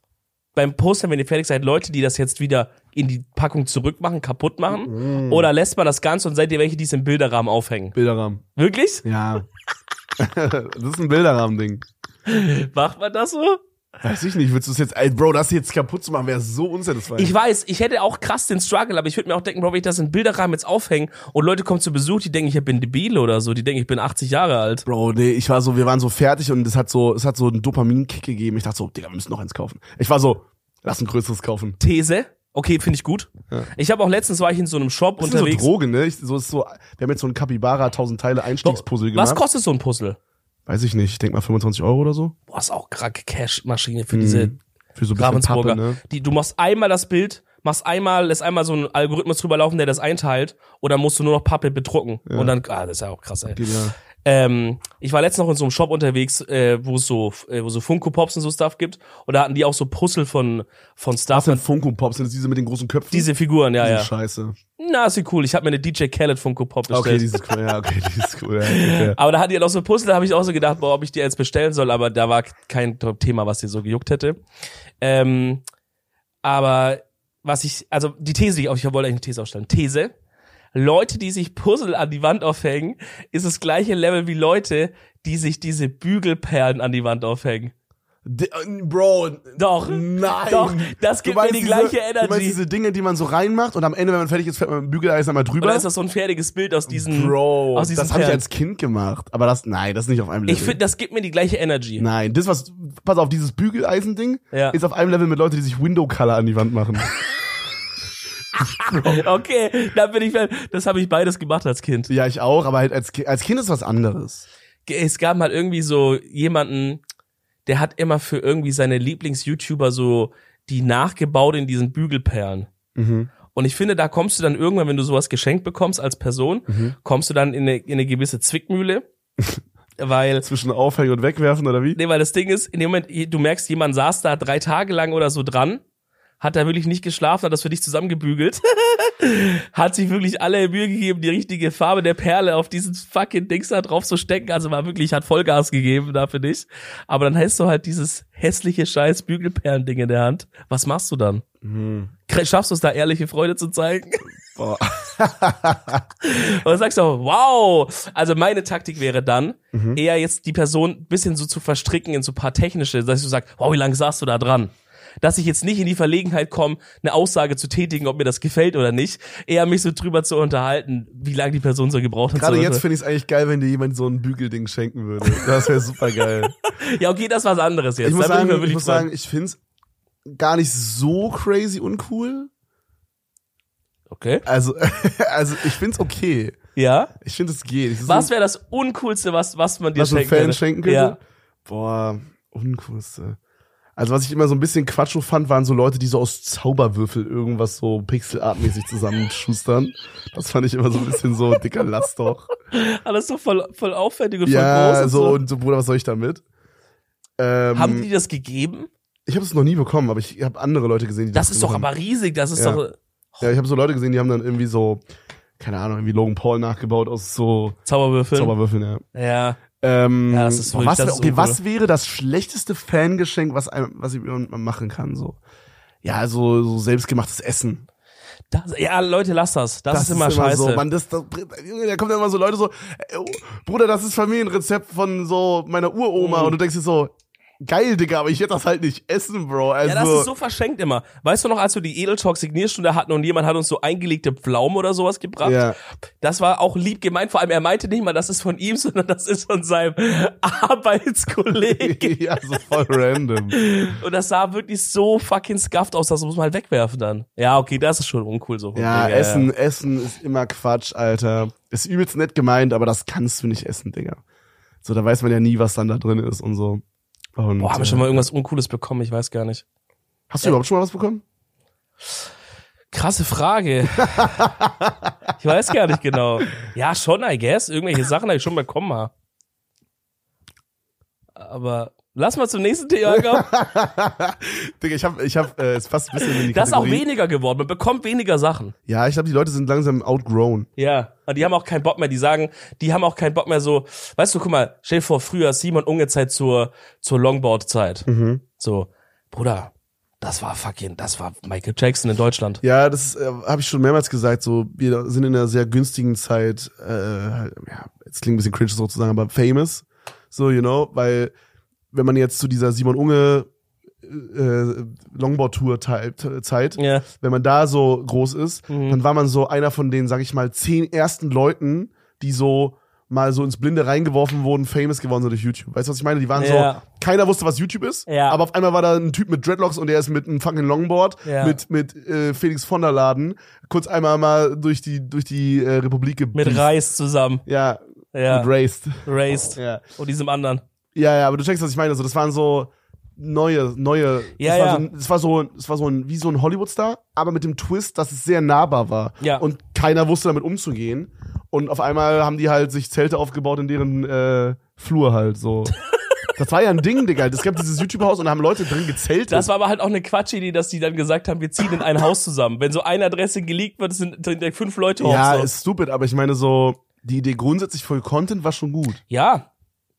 S2: beim Posten, wenn ihr fertig seid, Leute, die das jetzt wieder in die Packung zurückmachen, kaputt machen?
S1: Mm.
S2: Oder lässt man das Ganze und seid ihr welche, die es im Bilderrahmen aufhängen?
S1: Bilderrahmen.
S2: Wirklich?
S1: Ja. das ist ein Bilderrahmen-Ding.
S2: Macht man das so?
S1: Weiß ich nicht, willst du es jetzt, ey, Bro, das jetzt kaputt zu machen, wäre so unsatisfying.
S2: Ich weiß, ich hätte auch krass den Struggle, aber ich würde mir auch denken, Bro, wenn ich das in Bilderrahmen jetzt aufhänge und Leute kommen zu Besuch, die denken, ich bin debil oder so, die denken, ich bin 80 Jahre alt.
S1: Bro, nee, ich war so, wir waren so fertig und es hat so, es hat so einen Dopamin-Kick gegeben. Ich dachte so, Digga, wir müssen noch eins kaufen. Ich war so, lass ein größeres kaufen.
S2: These? Okay, finde ich gut.
S1: Ja.
S2: Ich habe auch letztens war ich in so einem Shop
S1: Das sind so
S2: unterwegs.
S1: Drogen, ne? Ich, so ist so, wir haben jetzt so ein Capybara 1000 Teile Einstiegspuzzle
S2: Was
S1: gemacht.
S2: kostet so ein Puzzle?
S1: Weiß ich nicht, ich denk mal 25 Euro oder so.
S2: Boah, ist auch kranke Cash-Maschine für diese
S1: Für so ein Mhm, bisschen
S2: Ravensburger.
S1: Pappe, ne?
S2: die, du machst einmal das Bild, machst einmal, lässt einmal so einen Algorithmus drüber laufen, der das einteilt und dann musst du nur noch Pappe bedrucken. Und dann, ah, das ist ja auch krass, ey.
S1: Genial.
S2: Ähm, ich war letztens noch in so einem Shop unterwegs, äh, wo es so, äh, wo so Funko Pops und so Stuff gibt. Und da hatten die auch so Puzzle von, von
S1: Was
S2: Stuff.
S1: sind Funko Pops? Sind das diese mit den großen Köpfen?
S2: Diese Figuren, ja,
S1: Die sind
S2: ja.
S1: Scheiße.
S2: Na, ist sie cool. Ich habe mir eine DJ Khaled Funko Pop bestellt.
S1: Okay, die ist cool. Ja, okay, die ist cool. Ja,
S2: [laughs]
S1: okay.
S2: Aber da hatten die noch so Puzzle, da habe ich auch so gedacht, boah, ob ich die jetzt bestellen soll, aber da war kein Thema, was dir so gejuckt hätte. Ähm, aber was ich, also die These, die ich, auf- ich wollte eigentlich eine These aufstellen. These. Leute, die sich Puzzle an die Wand aufhängen, ist das gleiche Level wie Leute, die sich diese Bügelperlen an die Wand aufhängen.
S1: D- äh, Bro,
S2: Doch.
S1: nein.
S2: Doch, das gibt
S1: Du meinst
S2: mir die gleiche
S1: diese, Du meinst
S2: Energy. Und
S1: diese Dinge, die man so reinmacht und am Ende, wenn man fertig ist, fährt man mit dem Bügeleisen einmal drüber.
S2: dann ist das so ein fertiges Bild aus diesen.
S1: Bro,
S2: aus diesen
S1: das habe ich
S2: Perlen.
S1: als Kind gemacht. Aber das, nein, das ist nicht auf einem Level.
S2: Ich finde, das gibt mir die gleiche Energy.
S1: nein, das was, pass auf, dieses Bügeleisen-Ding
S2: Ja.
S1: ist auf einem Level mit Leuten, die sich Window-Color an die Wand
S2: [laughs]
S1: machen.
S2: Okay, da bin ich, das habe ich beides gemacht als Kind.
S1: ja, ich auch, aber halt als, Ki- als Kind ist was anderes.
S2: es gab mal irgendwie so jemanden, der hat immer für irgendwie seine Lieblings-YouTuber so die nachgebaut in diesen Bügelperlen.
S1: Mhm.
S2: Und ich finde, da kommst du dann irgendwann, wenn du sowas geschenkt bekommst als Person,
S1: Mhm.
S2: kommst du dann in eine, in eine gewisse Zwickmühle, weil
S1: Zwischen Aufhängen und Wegwerfen oder wie?
S2: Nee, weil das Ding ist, in dem Moment, du merkst, jemand saß da drei Tage lang oder so dran, hat da wirklich nicht geschlafen, hat das für dich zusammengebügelt, [laughs] hat sich wirklich alle Mühe gegeben, die richtige Farbe der Perle auf diesen fucking Dings da drauf zu stecken, also war wirklich, hat Vollgas gegeben da für dich, aber dann hast du halt dieses hässliche scheiß Bügelperlending in der Hand, was machst du dann?
S1: Mhm.
S2: Kr- Schaffst du es da, ehrliche Freude zu zeigen? [laughs]
S1: Boah.
S2: Und dann sagst du, auch, wow. Also meine Taktik wäre dann,
S1: Mhm.
S2: eher jetzt die Person ein bisschen so zu verstricken in so ein paar technische, dass du sagst, wow, wie lange saßt du da dran? Dass ich jetzt nicht in die Verlegenheit komme, eine Aussage zu tätigen, ob mir das gefällt oder nicht. Eher mich so drüber zu unterhalten, wie lange die Person so gebraucht hat.
S1: Gerade
S2: so.
S1: jetzt finde ich es eigentlich geil, wenn dir jemand so ein Bügelding schenken würde. Das wäre super geil.
S2: [laughs] Ja, okay, das ist was anderes jetzt.
S1: ich muss
S2: Da bin
S1: sagen,
S2: mir
S1: ich,
S2: wirklich
S1: muss
S2: dran.
S1: sagen, ich finde es gar nicht so crazy uncool.
S2: Okay.
S1: Also, [laughs] also ich finde es okay.
S2: Ja.
S1: Ich finde es geht. Es ist
S2: Was
S1: so,
S2: wäre das Uncoolste, was, was man dir
S1: was ein
S2: schenken
S1: Fan
S2: könnte?
S1: schenken könnte?
S2: Ja.
S1: Boah, uncoolste. Also was ich immer so ein bisschen Quatscho fand, waren so Leute, die so aus Zauberwürfel irgendwas so pixelartmäßig zusammenschustern. Das fand ich immer so ein bisschen
S2: [laughs]
S1: so, dicker, lass doch.
S2: Alles so voll, voll aufwendig und voll groß.
S1: ja,
S2: und
S1: so und so, Bruder, was soll ich damit? Ähm,
S2: Haben die das gegeben?
S1: ich habe es noch nie bekommen, aber ich habe andere Leute gesehen, die das
S2: Das ist doch
S1: gemacht haben.
S2: aber riesig, das ist
S1: Ja.
S2: doch
S1: Ja, ich habe so Leute gesehen, die haben dann irgendwie so, keine Ahnung, irgendwie Logan Paul nachgebaut aus so
S2: Zauberwürfel.
S1: Zauberwürfeln, ja.
S2: ja.
S1: Ähm,
S2: Ja, das ist
S1: boah,
S2: wirklich-
S1: was,
S2: das
S1: wär-
S2: ist
S1: okay,
S2: uncool.
S1: was wäre das schlechteste Fangeschenk, was einem, was man machen kann, so? Ja, so, so selbstgemachtes Essen.
S2: Das, ja, Leute, lasst das. Das, ist immer scheiße.
S1: so, man, das, das, Junge, da kommen dann immer so Leute so, äh, Bruder, das ist Familienrezept von so meiner Uroma
S2: Mhm.
S1: und du denkst dir so, geil, Digga, aber ich werde das halt nicht essen, Bro. Also,
S2: ja, das ist so verschenkt immer. Weißt du noch, als wir die Edeltalk Signierstunde hatten und jemand hat uns so eingelegte Pflaumen oder sowas gebracht?
S1: Ja.
S2: Das war auch lieb gemeint. Vor allem, er meinte nicht mal, das ist von ihm, [laughs] sondern das ist von seinem Arbeitskollegen.
S1: [laughs] ja, so voll
S2: [laughs]
S1: random.
S2: und das sah wirklich so fucking scuffed aus, das muss man halt wegwerfen dann. Ja, okay, das ist schon uncool so.
S1: Ja,
S2: Digga,
S1: Essen, Essen ist immer Quatsch, Alter. Ist übelst nett gemeint, aber das kannst du nicht essen, Digga. So, da weiß man ja nie, was dann da drin ist und so. Und,
S2: Boah, haben
S1: äh,
S2: wir schon mal irgendwas Uncooles bekommen? Ich weiß gar nicht.
S1: hast du überhaupt schon mal was bekommen?
S2: Krasse Frage. ich weiß gar nicht genau. Ja, schon, I guess. Irgendwelche Sachen habe ich schon bekommen. mal. Aber lass mal zum nächsten
S1: [laughs]
S2: Thema kommen.
S1: Digga, ich hab, ich hab, äh, es passt ein bisschen in die
S2: Das ist auch
S1: Kategorie.
S2: weniger geworden. Man bekommt weniger Sachen.
S1: Ja, ich glaube, die Leute sind langsam outgrown.
S2: Ja. Und die haben auch keinen Bock mehr. Die sagen, die haben auch keinen Bock mehr so. Weißt du, guck mal, stell dir vor, früher Simon Unge-Zeit zur, zur Longboard-Zeit.
S1: Mhm.
S2: So, Bruder, das war fucking, das war Michael Jackson in Deutschland.
S1: Ja, das äh, habe ich schon mehrmals gesagt. So, wir sind in einer sehr günstigen Zeit. Äh, halt, ja, jetzt klingt ein bisschen cringe, so zu sagen, aber famous. So, you know, weil wenn man jetzt zu dieser Simon Unge äh, Longboard Tour Zeit,
S2: Ja.
S1: wenn man da so groß ist,
S2: Mhm.
S1: dann war man so einer von den, sag ich mal, zehn ersten Leuten, die so mal so ins Blinde reingeworfen wurden, famous geworden sind durch YouTube. Weißt du, was ich meine? Die waren
S2: Ja.
S1: so, keiner wusste, was YouTube ist,
S2: Ja.
S1: aber auf einmal war da ein Typ mit Dreadlocks und der ist mit einem fucking Longboard,
S2: Ja.
S1: mit, mit äh, Felix von der Laden, kurz einmal mal durch die, durch die äh, Republik
S2: Mit
S1: gebieft.
S2: Reis zusammen.
S1: Ja,
S2: Ja.
S1: mit Raced.
S2: Raised.
S1: Ja.
S2: Und diesem anderen.
S1: ja, ja, aber du checkst, was ich meine. So, das waren so neue, neue. das
S2: Ja, ja.
S1: War so, ein- das war so, das war so ein, wie so ein Hollywood-Star, aber mit dem Twist, dass es sehr nahbar war.
S2: Ja.
S1: Und keiner wusste damit umzugehen. Und auf einmal haben die halt sich Zelte aufgebaut in deren äh, Flur halt
S2: [laughs]
S1: so. Das war ja ein Ding, Digga. Es gab dieses YouTube-Haus und da haben Leute drin gezeltet.
S2: Das war aber halt auch eine Quatschidee, dass die dann gesagt haben, wir ziehen in ein Haus zusammen. Wenn so eine Adresse geleakt wird, sind sind direkt fünf Leute
S1: ja,
S2: auf. So.
S1: ist stupid, aber ich meine so, die Idee grundsätzlich voll Content war schon gut.
S2: Ja,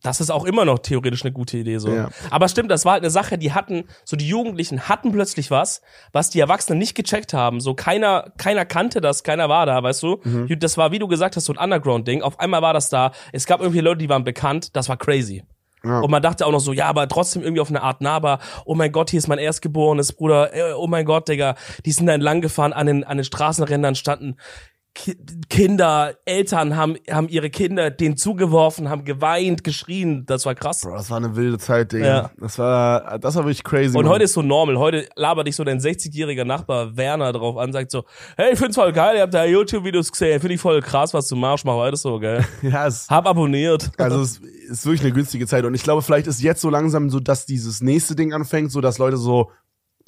S2: das ist auch immer noch theoretisch eine gute Idee. So.
S1: Ja.
S2: Aber stimmt, das war halt eine Sache, die hatten, so die Jugendlichen hatten plötzlich was, was die Erwachsenen nicht gecheckt haben. So keiner, keiner kannte das, keiner war da, weißt du?
S1: Mhm.
S2: Das war, wie du gesagt hast, so ein Underground-Ding. Auf einmal war das da. Es gab irgendwie Leute, die waren bekannt. Das war crazy.
S1: Ja.
S2: Und man dachte auch noch so, ja, aber trotzdem irgendwie auf eine Art nahbar. Oh mein Gott, hier ist mein erstgeborenes Bruder. Äh, Oh mein Gott, Digga. Die sind dann lang gefahren an den, an den Straßenrändern, standen Ki- Kinder, Eltern haben, haben ihre Kinder denen zugeworfen, haben geweint, geschrien. Das war krass.
S1: Bro, das war eine wilde Zeit, Digga.
S2: Ja.
S1: Das war, das war wirklich crazy.
S2: Und
S1: Mann.
S2: heute ist so normal. Heute labert dich so dein 60-jähriger Nachbar Werner drauf an, sagt so, hey, ich find's voll geil, ihr habt da YouTube-Videos gesehen, finde ich voll krass, was du machst, mach weiter
S1: [laughs]
S2: so, gell.
S1: [laughs] ja, es,
S2: Hab abonniert.
S1: also es ist wirklich eine günstige Zeit. Und ich glaube, vielleicht ist jetzt so langsam so, dass dieses nächste Ding anfängt, so dass Leute so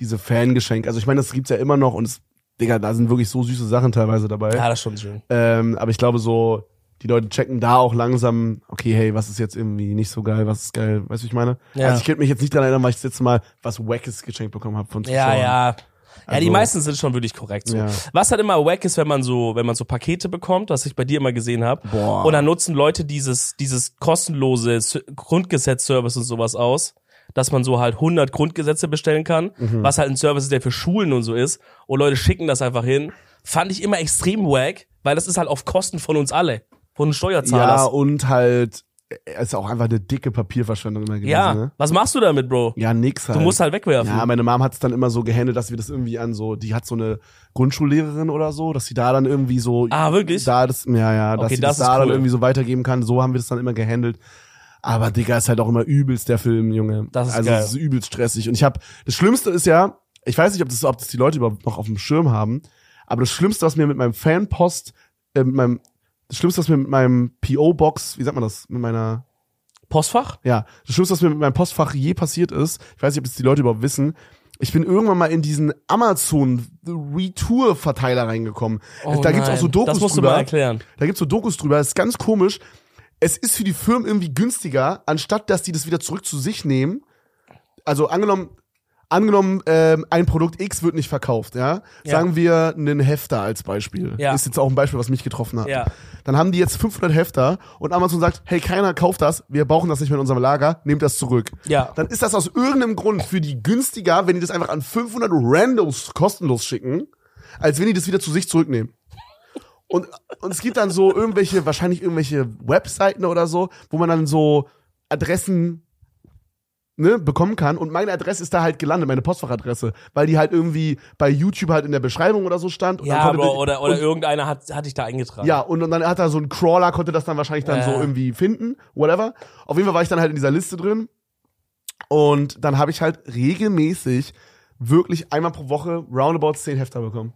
S1: diese Fangeschenke. Also ich meine, das gibt's ja immer noch und es, Digga, da sind wirklich so süße Sachen teilweise dabei.
S2: Ja, das ist schon schön.
S1: Ähm, aber ich glaube so, die Leute checken da auch langsam, okay, hey, was ist jetzt irgendwie nicht so geil, was ist geil, weißt du, wie ich meine?
S2: Ja.
S1: Also ich könnte mich jetzt nicht daran erinnern, weil ich das letzte Mal was Wackes geschenkt bekommen habe von
S2: Ja,
S1: Zuschauern.
S2: ja. Ja, die
S1: Also-
S2: meisten sind schon wirklich korrekt. So.
S1: Ja.
S2: Was halt immer wack ist, wenn man so, wenn man so Pakete bekommt, was ich bei dir immer gesehen habe.
S1: Boah.
S2: Und dann nutzen Leute dieses, dieses kostenlose S- Grundgesetz-Service und sowas aus, dass man so halt 100 Grundgesetze bestellen kann,
S1: Mhm.
S2: was halt ein Service ist, der für Schulen und so ist. Und Leute schicken das einfach hin. Fand ich immer extrem wack, weil das ist halt auf Kosten von uns alle, von den
S1: Ja,
S2: Steuerzahlern.
S1: und halt, äh, ist auch einfach eine dicke Papierverschwendung immer gewesen,
S2: Ja,
S1: ne?
S2: was machst du damit, Bro?
S1: Ja, nix halt.
S2: Du musst halt wegwerfen.
S1: ja, meine Mom hat es dann immer so gehandelt, dass wir das irgendwie an so, die hat so eine Grundschullehrerin oder so, dass sie da dann irgendwie so
S2: ah, wirklich?
S1: da das, ja, ja, dass
S2: Okay,
S1: sie das,
S2: das ist
S1: da dann
S2: cool.
S1: irgendwie so weitergeben kann. So haben wir das dann immer gehandelt. Aber Digga, ist halt auch immer übelst der Film, Junge.
S2: Das ist
S1: also
S2: geil.
S1: es ist übelst stressig. Und ich habe das Schlimmste ist ja, ich weiß nicht, ob das, ob das die Leute überhaupt noch auf dem Schirm haben, aber das Schlimmste, was mir mit meinem Fanpost, äh, mit meinem, das Schlimmste, was mir mit meinem PO-Box, wie sagt man das, mit meiner
S2: Postfach?
S1: ja, das Schlimmste, was mir mit meinem Postfach je passiert ist, ich weiß nicht, ob das die Leute überhaupt wissen, ich bin irgendwann mal in diesen Amazon-Retour-Verteiler reingekommen.
S2: Oh
S1: da gibt's auch
S2: nein.
S1: so Dokus
S2: Das musst du
S1: drüber.
S2: mal erklären.
S1: Da gibt's so Dokus drüber, das ist ganz komisch. Es ist für die Firmen irgendwie günstiger, anstatt dass die das wieder zurück zu sich nehmen. Also angenommen, angenommen, ähm, ein Produkt X wird nicht verkauft, ja.
S2: Ja.
S1: Sagen wir einen Hefter als Beispiel.
S2: Ja.
S1: Ist jetzt auch ein Beispiel, was mich getroffen hat.
S2: Ja.
S1: Dann haben die jetzt 500 Hefter und Amazon sagt, hey, keiner kauft das, wir brauchen das nicht mehr in unserem Lager, nehmt das zurück.
S2: Ja.
S1: Dann ist das aus irgendeinem Grund für die günstiger, wenn die das einfach an 500 Randos kostenlos schicken, als wenn die das wieder zu sich zurücknehmen. Und, und es gibt dann so irgendwelche, wahrscheinlich irgendwelche Webseiten oder so, wo man dann so Adressen ne, bekommen kann. Und meine Adresse ist da halt gelandet, meine Postfachadresse, weil die halt irgendwie bei YouTube halt in der Beschreibung oder so stand. Und
S2: Ja,
S1: dann konnte
S2: Bro, oder, oder
S1: und-
S2: irgendeiner hat, hat dich da eingetragen.
S1: ja, und, und dann hat er so einen Crawler, konnte das dann wahrscheinlich dann
S2: Ja,
S1: so
S2: ja.
S1: irgendwie finden, whatever. Auf jeden Fall war ich dann halt in dieser Liste drin. Und dann habe ich halt regelmäßig wirklich einmal pro Woche roundabout 10 Hefter bekommen.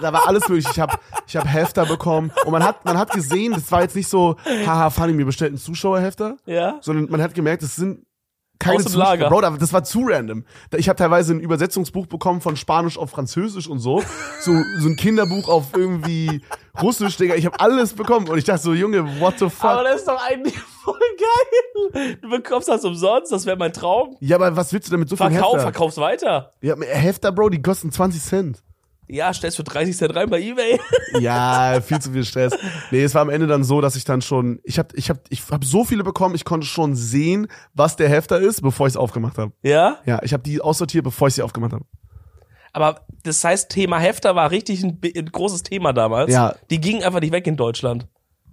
S1: da war alles möglich. Ich habe ich hab Hefter bekommen. Und man hat, man hat gesehen, das war jetzt nicht so, haha, funny, mir bestellt ein Zuschauerhefter
S2: Ja?
S1: sondern man hat gemerkt, es sind keine
S2: Aus dem
S1: Zusch-
S2: Lager.
S1: Bro, da- das war zu random. Da- Ich habe teilweise ein Übersetzungsbuch bekommen von Spanisch auf Französisch und
S2: [laughs]
S1: so. So, so ein Kinderbuch auf irgendwie Russisch, Digga. Ich habe alles bekommen. Und ich dachte so, Junge, what the
S2: Aber
S1: fuck?
S2: das ist doch eigentlich [laughs] voll geil. Du bekommst das umsonst, das wäre mein Traum.
S1: Ja, aber was willst du denn mit so viel
S2: Verkauf,
S1: Hefter?
S2: verkauf's weiter.
S1: Ja, Hefter, Bro, die kosten 20 Cent.
S2: Ja, stellst für 30 Cent rein bei Ebay. [laughs]
S1: Ja, viel zu viel Stress. Nee, es war am Ende dann so, dass ich dann schon, ich habe ich hab, ich hab so viele bekommen, ich konnte schon sehen, was der Hefter ist, bevor ich es aufgemacht habe.
S2: Ja?
S1: Ja, ich habe die aussortiert, bevor ich sie aufgemacht habe.
S2: Aber das heißt, Thema Hefter war richtig ein, bi- ein großes Thema damals.
S1: Ja.
S2: Die gingen einfach nicht weg in Deutschland.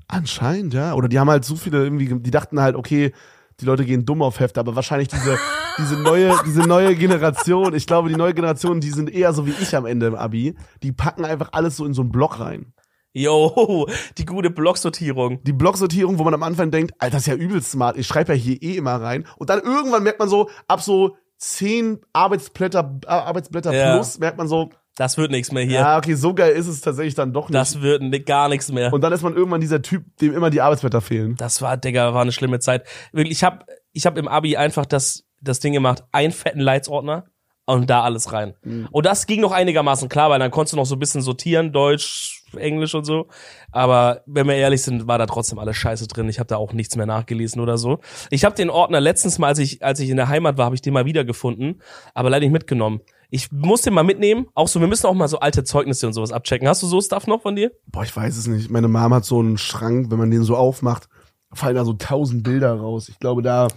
S1: Anscheinend, ja. Oder die haben halt so viele irgendwie, die dachten halt, okay, die Leute gehen dumm auf Hefte, aber wahrscheinlich diese, diese neue, diese neue Generation, ich glaube, die neue Generation, die sind eher so wie ich am Ende im Abi, die packen einfach alles so in so einen Block rein.
S2: Yo, [laughs] die gute Blocksortierung.
S1: Die Blocksortierung, wo man am Anfang denkt, Alter, das ist ja übelst smart, ich schreibe ja hier eh immer rein. Und dann irgendwann merkt man so, ab so zehn Arbeitsblätter, Ar- Arbeitsblätter
S2: Ja.
S1: plus, merkt man so,
S2: Das wird nichts mehr hier.
S1: ja, okay, so geil ist es tatsächlich dann doch nicht.
S2: Das wird ni- gar nichts mehr.
S1: Und dann ist man irgendwann dieser Typ, dem immer die Arbeitsblätter fehlen.
S2: Das war, Digga, war eine schlimme Zeit. Wirklich, ich hab, ich hab im Abi einfach das, das Ding gemacht, einen fetten Leitsordner und da alles rein. Und das ging noch einigermaßen klar, weil dann konntest du noch so ein bisschen sortieren, Deutsch, Englisch und so. Aber wenn wir ehrlich sind, war da trotzdem alles scheiße drin. Ich habe da auch nichts mehr nachgelesen oder so. Ich habe den Ordner letztens mal, als ich, als ich in der Heimat war, habe ich den mal wiedergefunden, aber leider nicht mitgenommen. Ich muss den mal mitnehmen. Auch so, wir müssen auch mal so alte Zeugnisse und sowas abchecken. Hast du so Stuff noch von dir?
S1: Boah, ich weiß es nicht. Meine Mom hat so einen Schrank, wenn man den so aufmacht, fallen da so tausend Bilder raus. Ich glaube, da,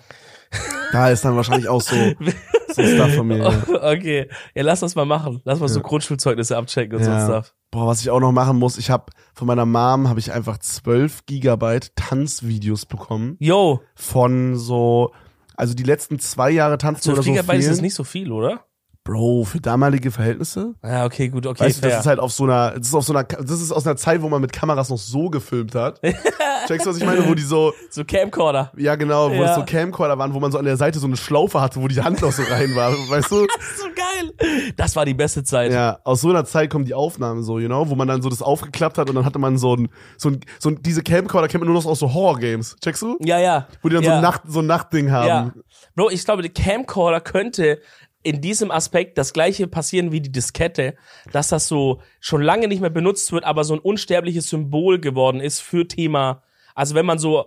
S1: da ist dann wahrscheinlich auch so,
S2: [laughs]
S1: so Stuff von mir. ja.
S2: Okay, ja, lass das mal machen. Lass mal so
S1: Ja.
S2: Grundschulzeugnisse abchecken und
S1: Ja.
S2: so Stuff.
S1: Boah, was ich auch noch machen muss, ich habe von meiner Mom habe ich einfach 12 Gigabyte Tanzvideos bekommen
S2: Yo,
S1: von so, also die letzten zwei Jahre tanzen
S2: 12
S1: oder so
S2: Gigabyte ist
S1: fehlen.
S2: jetzt nicht so viel, oder?
S1: Bro, für damalige Verhältnisse?
S2: Ja, okay, gut, okay,
S1: weißt du, das
S2: fair.
S1: ist halt auf so einer, das ist auf so einer, das ist aus einer Zeit, wo man mit Kameras noch so gefilmt hat.
S2: [laughs]
S1: Checkst du, was ich meine? Wo die so, [laughs]
S2: so Camcorder.
S1: ja genau, wo
S2: Ja.
S1: es so Camcorder waren, wo man so an der Seite so eine Schlaufe hatte, wo die Hand noch so rein war, [laughs] weißt du?
S2: Das ist so geil. Das war die beste Zeit.
S1: Ja, aus so einer Zeit kommen die Aufnahmen so, you know, wo man dann so das aufgeklappt hat und dann hatte man so ein, so ein, so ein diese Camcorder kennt man nur noch aus so Horror-Games. Checkst du?
S2: Ja, ja.
S1: Wo die dann so
S2: ja.
S1: ein Nacht, so ein Nachtding haben.
S2: Ja. Bro, ich glaube, der Camcorder könnte in diesem Aspekt das gleiche passieren wie die Diskette, dass das so schon lange nicht mehr benutzt wird, aber so ein unsterbliches Symbol geworden ist für Thema, also wenn man so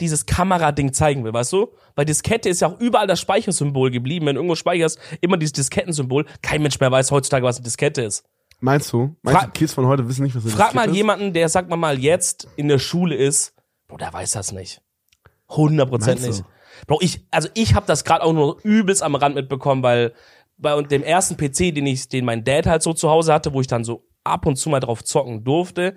S2: dieses Kamerading zeigen will, weißt du? Weil Diskette ist ja auch überall das Speichersymbol geblieben. Wenn du irgendwo speicherst, immer dieses Diskettensymbol. Kein Mensch mehr weiß heutzutage, was eine Diskette ist.
S1: Meinst du? Meinst du,
S2: Frag-
S1: Kids von heute wissen nicht, was eine
S2: Frag mal
S1: Diskette ist?
S2: jemanden, der, sag mal mal, jetzt in der Schule ist, Bro, der weiß das nicht. 100%
S1: Meinst du?
S2: nicht. Bro, ich, also ich habe das gerade auch nur übelst am Rand mitbekommen, weil bei und dem ersten PC, den ich, den mein Dad halt so zu Hause hatte, wo ich dann so ab und zu mal drauf zocken durfte,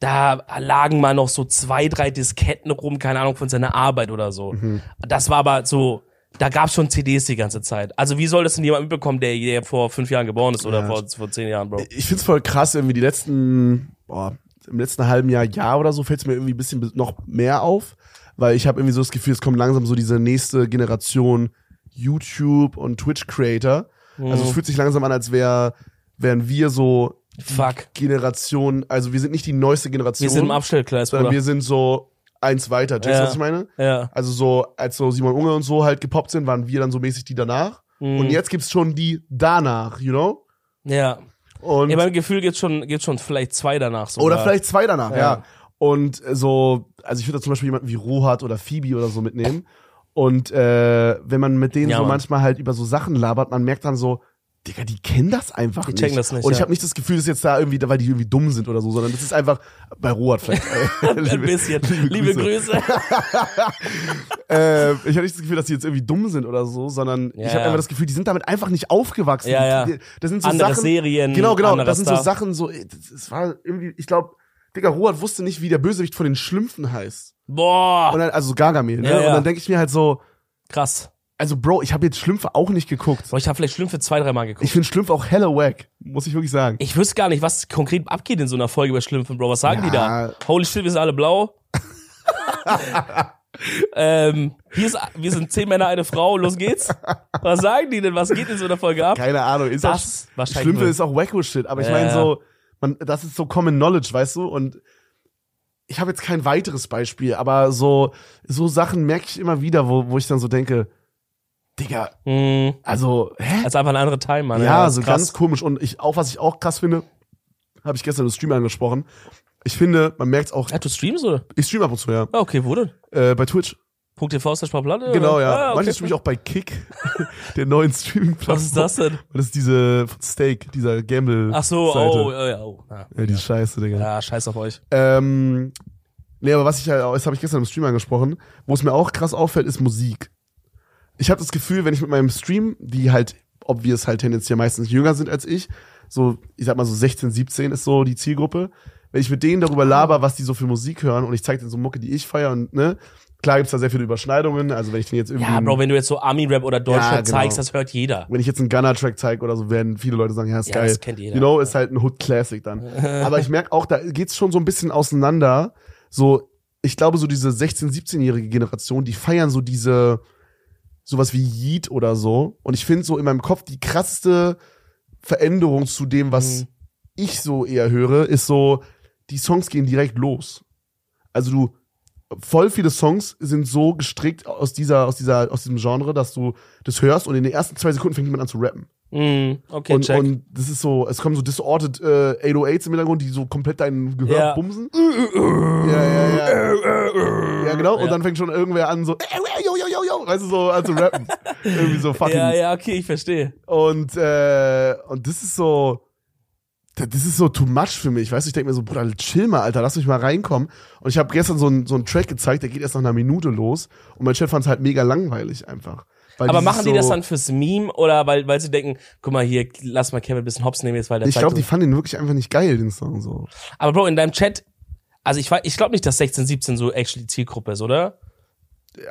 S2: da lagen mal noch so zwei, drei Disketten rum, keine Ahnung, von seiner Arbeit oder so.
S1: Mhm.
S2: Das war aber so, da gab's schon CDs die ganze Zeit. Also wie soll das denn jemand mitbekommen, der, der vor fünf Jahren geboren ist oder
S1: Ja. Äh,
S2: vor, vor zehn Jahren, Bro?
S1: Ich find's voll krass, irgendwie die letzten, boah, im letzten halben Jahr, Jahr oder so, fällt's mir irgendwie ein bisschen be- noch mehr auf, weil ich habe irgendwie so das Gefühl, es kommt langsam so diese nächste Generation YouTube und Twitch-Creator. Also
S2: Mhm.
S1: es fühlt sich langsam an, als wär, wären wir so
S2: Fuck.
S1: Generation, also wir sind nicht die neueste Generation,
S2: Wir sind im Abstellgleis,
S1: sondern
S2: Bruder.
S1: wir sind so eins weiter, checkst du,
S2: Ja.
S1: was ich meine?
S2: Ja.
S1: Also so, als so Simon Unge und so halt gepoppt sind, waren wir dann so mäßig die danach.
S2: Mhm.
S1: Und jetzt gibt's schon die danach, you know?
S2: Ja.
S1: Und
S2: ja beim Gefühl gibt schon, gibt's schon vielleicht zwei danach sogar.
S1: Oder vielleicht zwei danach, ja.
S2: Ja.
S1: Und äh, so, also ich würde da zum Beispiel jemanden wie Rohat oder Phoebe oder so mitnehmen. Und äh, wenn man mit denen
S2: Ja,
S1: so
S2: Mann.
S1: manchmal halt über so Sachen labert, man merkt dann so, Digga, die kennen das einfach
S2: Die
S1: nicht.
S2: checken das nicht,
S1: Und ich
S2: ja.
S1: habe nicht das Gefühl, dass jetzt da irgendwie, weil die irgendwie dumm sind oder so, sondern das ist einfach bei Rohat vielleicht.
S2: [laughs]
S1: [laughs]
S2: ein bisschen. Liebe Grüße.
S1: Also Äh, ich habe nicht das Gefühl, dass die jetzt irgendwie dumm sind oder so, sondern
S2: Ja,
S1: ich habe
S2: ja.
S1: einfach das Gefühl, die sind damit einfach nicht aufgewachsen.
S2: Ja, ja.
S1: Die- Das sind so
S2: Andere
S1: Sachen,
S2: Serien,
S1: Genau, genau.
S2: anderer
S1: Das sind so
S2: Star.
S1: Sachen, so, ey, das, das war irgendwie, ich glaube, Digga, Rohat wusste nicht, wie der Bösewicht von den Schlümpfen heißt. Und
S2: Boah,
S1: dann, also Gargamel, ne?
S2: Ja, ja.
S1: Und dann denke ich mir halt so,
S2: krass.
S1: also Bro, ich habe jetzt Schlümpfe auch nicht geguckt.
S2: Boah, ich habe vielleicht Schlümpfe zwei, dreimal geguckt.
S1: Ich finde Schlümpfe auch hella wack, muss ich wirklich sagen.
S2: Ich wüsste gar nicht, was konkret abgeht in so einer Folge über Schlümpfen, Bro. Was sagen die
S1: Ja.
S2: da? Holy shit, wir sind
S1: [laughs]
S2: alle blau. ähm, hier ist, wir sind zehn Männer, eine Frau, los geht's. Was sagen die denn? Was geht in so einer Folge ab?
S1: Keine Ahnung. Ist
S2: Das
S1: auch,
S2: wahrscheinlich
S1: Schlümpfe
S2: nur.
S1: ist auch wacko Shit, aber ich
S2: Ja,
S1: meine
S2: ja.
S1: so, man, das ist so Common Knowledge, weißt du? Und ich habe jetzt kein weiteres Beispiel, aber so, so Sachen merke ich immer wieder, wo, wo ich dann so denke, Digga,
S2: Hm,
S1: also, hä?
S2: das ist einfach ein anderer ne? Time, Mann.
S1: Ja,
S2: das ist
S1: so ganz komisch. Und ich, auch was ich auch krass finde, habe ich gestern im Stream angesprochen. Ich finde, man merkt auch,
S2: Ja, du streamst oder?
S1: ich stream ab und zu, ja.
S2: Ah, okay, wo denn?
S1: Äh, bei Twitch.
S2: .tv slash Platte?
S1: Genau, ja.
S2: Ah, okay.
S1: Manchmal streame ich auch bei Kick, [laughs] der neuen Streaming-Plattform.
S2: Was ist das denn?
S1: Das ist diese von Steak, dieser Gamble.
S2: Ach so,
S1: Seite.
S2: oh, oh, ja, oh. Ja,
S1: Ja, die Scheiße, Digga.
S2: ja, scheiß auf euch.
S1: Ähm, nee, aber was ich halt, auch- das habe ich gestern im Stream angesprochen, wo es mir auch krass auffällt, ist Musik. Ich habe das Gefühl, wenn ich mit meinem Stream, die halt, ob wir es halt tendenziell meistens jünger sind als ich, so, ich sag mal so 16, 17 ist so die Zielgruppe, wenn ich mit denen darüber laber, was die so für Musik hören und ich zeige denen so Mucke, die ich feiere und, ne, klar gibt's da sehr viele Überschneidungen, also wenn ich denen jetzt irgendwie,
S2: Ja, Bro, wenn du jetzt so Army-Rap oder Deutschrap
S1: Ja, genau.
S2: zeigst, das hört jeder.
S1: wenn ich jetzt einen Gunner-Track zeige oder so, werden viele Leute sagen, ja, ist
S2: Ja,
S1: geil.
S2: das kennt jeder.
S1: You know, ist halt ein Hood-Classic dann. [laughs] Aber ich merke auch, da geht's schon so ein bisschen auseinander. So, ich glaube, so diese 16-, 17-jährige Generation, die feiern so diese, sowas wie Yeet oder so. Und ich finde so in meinem Kopf die krasseste Veränderung zu dem, was
S2: Mhm.
S1: ich so eher höre, ist so, die Songs gehen direkt los. Also du, voll viele Songs sind so gestrickt aus dieser, aus dieser, aus diesem Genre, dass du das hörst und in den ersten zwei Sekunden fängt jemand an zu rappen.
S2: [laughs] Mm, okay,
S1: Und,
S2: check.
S1: und das ist so, es kommen so distorted äh, 808s im Hintergrund, die so komplett dein Gehör
S2: Ja.
S1: bumsen. Ja, ja, ja. Ja, genau. Und
S2: Ja.
S1: dann fängt schon irgendwer an so, äh, äh, yo, yo, yo, yo, weißt du, so an zu
S2: [laughs]
S1: rappen. Irgendwie so fucking.
S2: ja, ja, okay, ich verstehe.
S1: Und, äh, und das ist so, da- das ist so too much für mich, weißt du? Ich denke mir so, Bruder, chill mal, Alter, lass mich mal reinkommen. Und ich habe gestern so einen so einen Track gezeigt, der geht erst nach einer Minute los. Und mein Chef fand es halt mega langweilig einfach. Weil
S2: Aber
S1: dieses
S2: machen die
S1: so,
S2: das dann fürs Meme oder weil, weil sie denken, guck mal hier, lass mal Kevin ein bisschen hops nehmen jetzt, weil der
S1: Ich
S2: zeigt
S1: glaube, die
S2: uns-
S1: fanden ihn wirklich einfach nicht geil, den Song so.
S2: Aber Bro, in deinem Chat, also ich, wei- ich glaube nicht, dass 16, 17 so actually Zielgruppe ist, oder?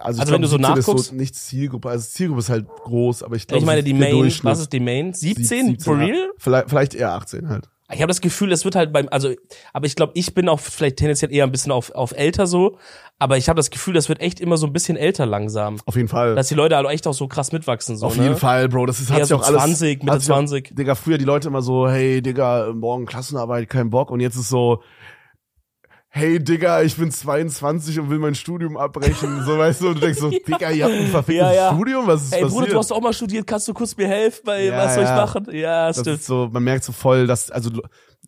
S1: Also, ich
S2: Also wenn du so
S1: 17 ist
S2: nachguckst?
S1: nicht Zielgruppe. Also Zielgruppe ist halt groß, aber ich glaube,
S2: ich meine, die Main,
S1: Durchschnitt
S2: was ist die Main? 17?
S1: 17,
S2: For
S1: ne? ja.
S2: real?
S1: Vielleicht, vielleicht eher 18 halt.
S2: Ich habe das Gefühl, es wird halt beim, also, aber ich glaube, ich bin auch vielleicht tendenziell eher ein bisschen auf, auf älter so, aber ich habe das Gefühl, das wird echt immer so ein bisschen älter langsam.
S1: Auf jeden Fall.
S2: Dass die Leute halt auch echt auch so krass mitwachsen. So,
S1: Auf
S2: ne?
S1: jeden Fall, Bro. Das ist, hat
S2: Eher
S1: sich
S2: so
S1: auch alles.
S2: 20, Mitte
S1: hat sich auch-
S2: 20.
S1: Digga, früher die Leute immer so, hey, Digga, morgen Klassenarbeit, kein Bock. Und jetzt ist so, hey, Digga, ich bin 22 und will mein Studium abbrechen. so, weißt du, und du denkst
S2: [laughs]
S1: so, Digga, ihr habt ein verficktes
S2: Ja, ja.
S1: Studium? Was ist
S2: Ey
S1: passiert?
S2: Bruder, du hast auch mal studiert, kannst du kurz mir helfen bei
S1: Ja,
S2: was soll ich
S1: ja.
S2: machen? Ja,
S1: das
S2: stimmt.
S1: ist so, man merkt so voll, dass, also,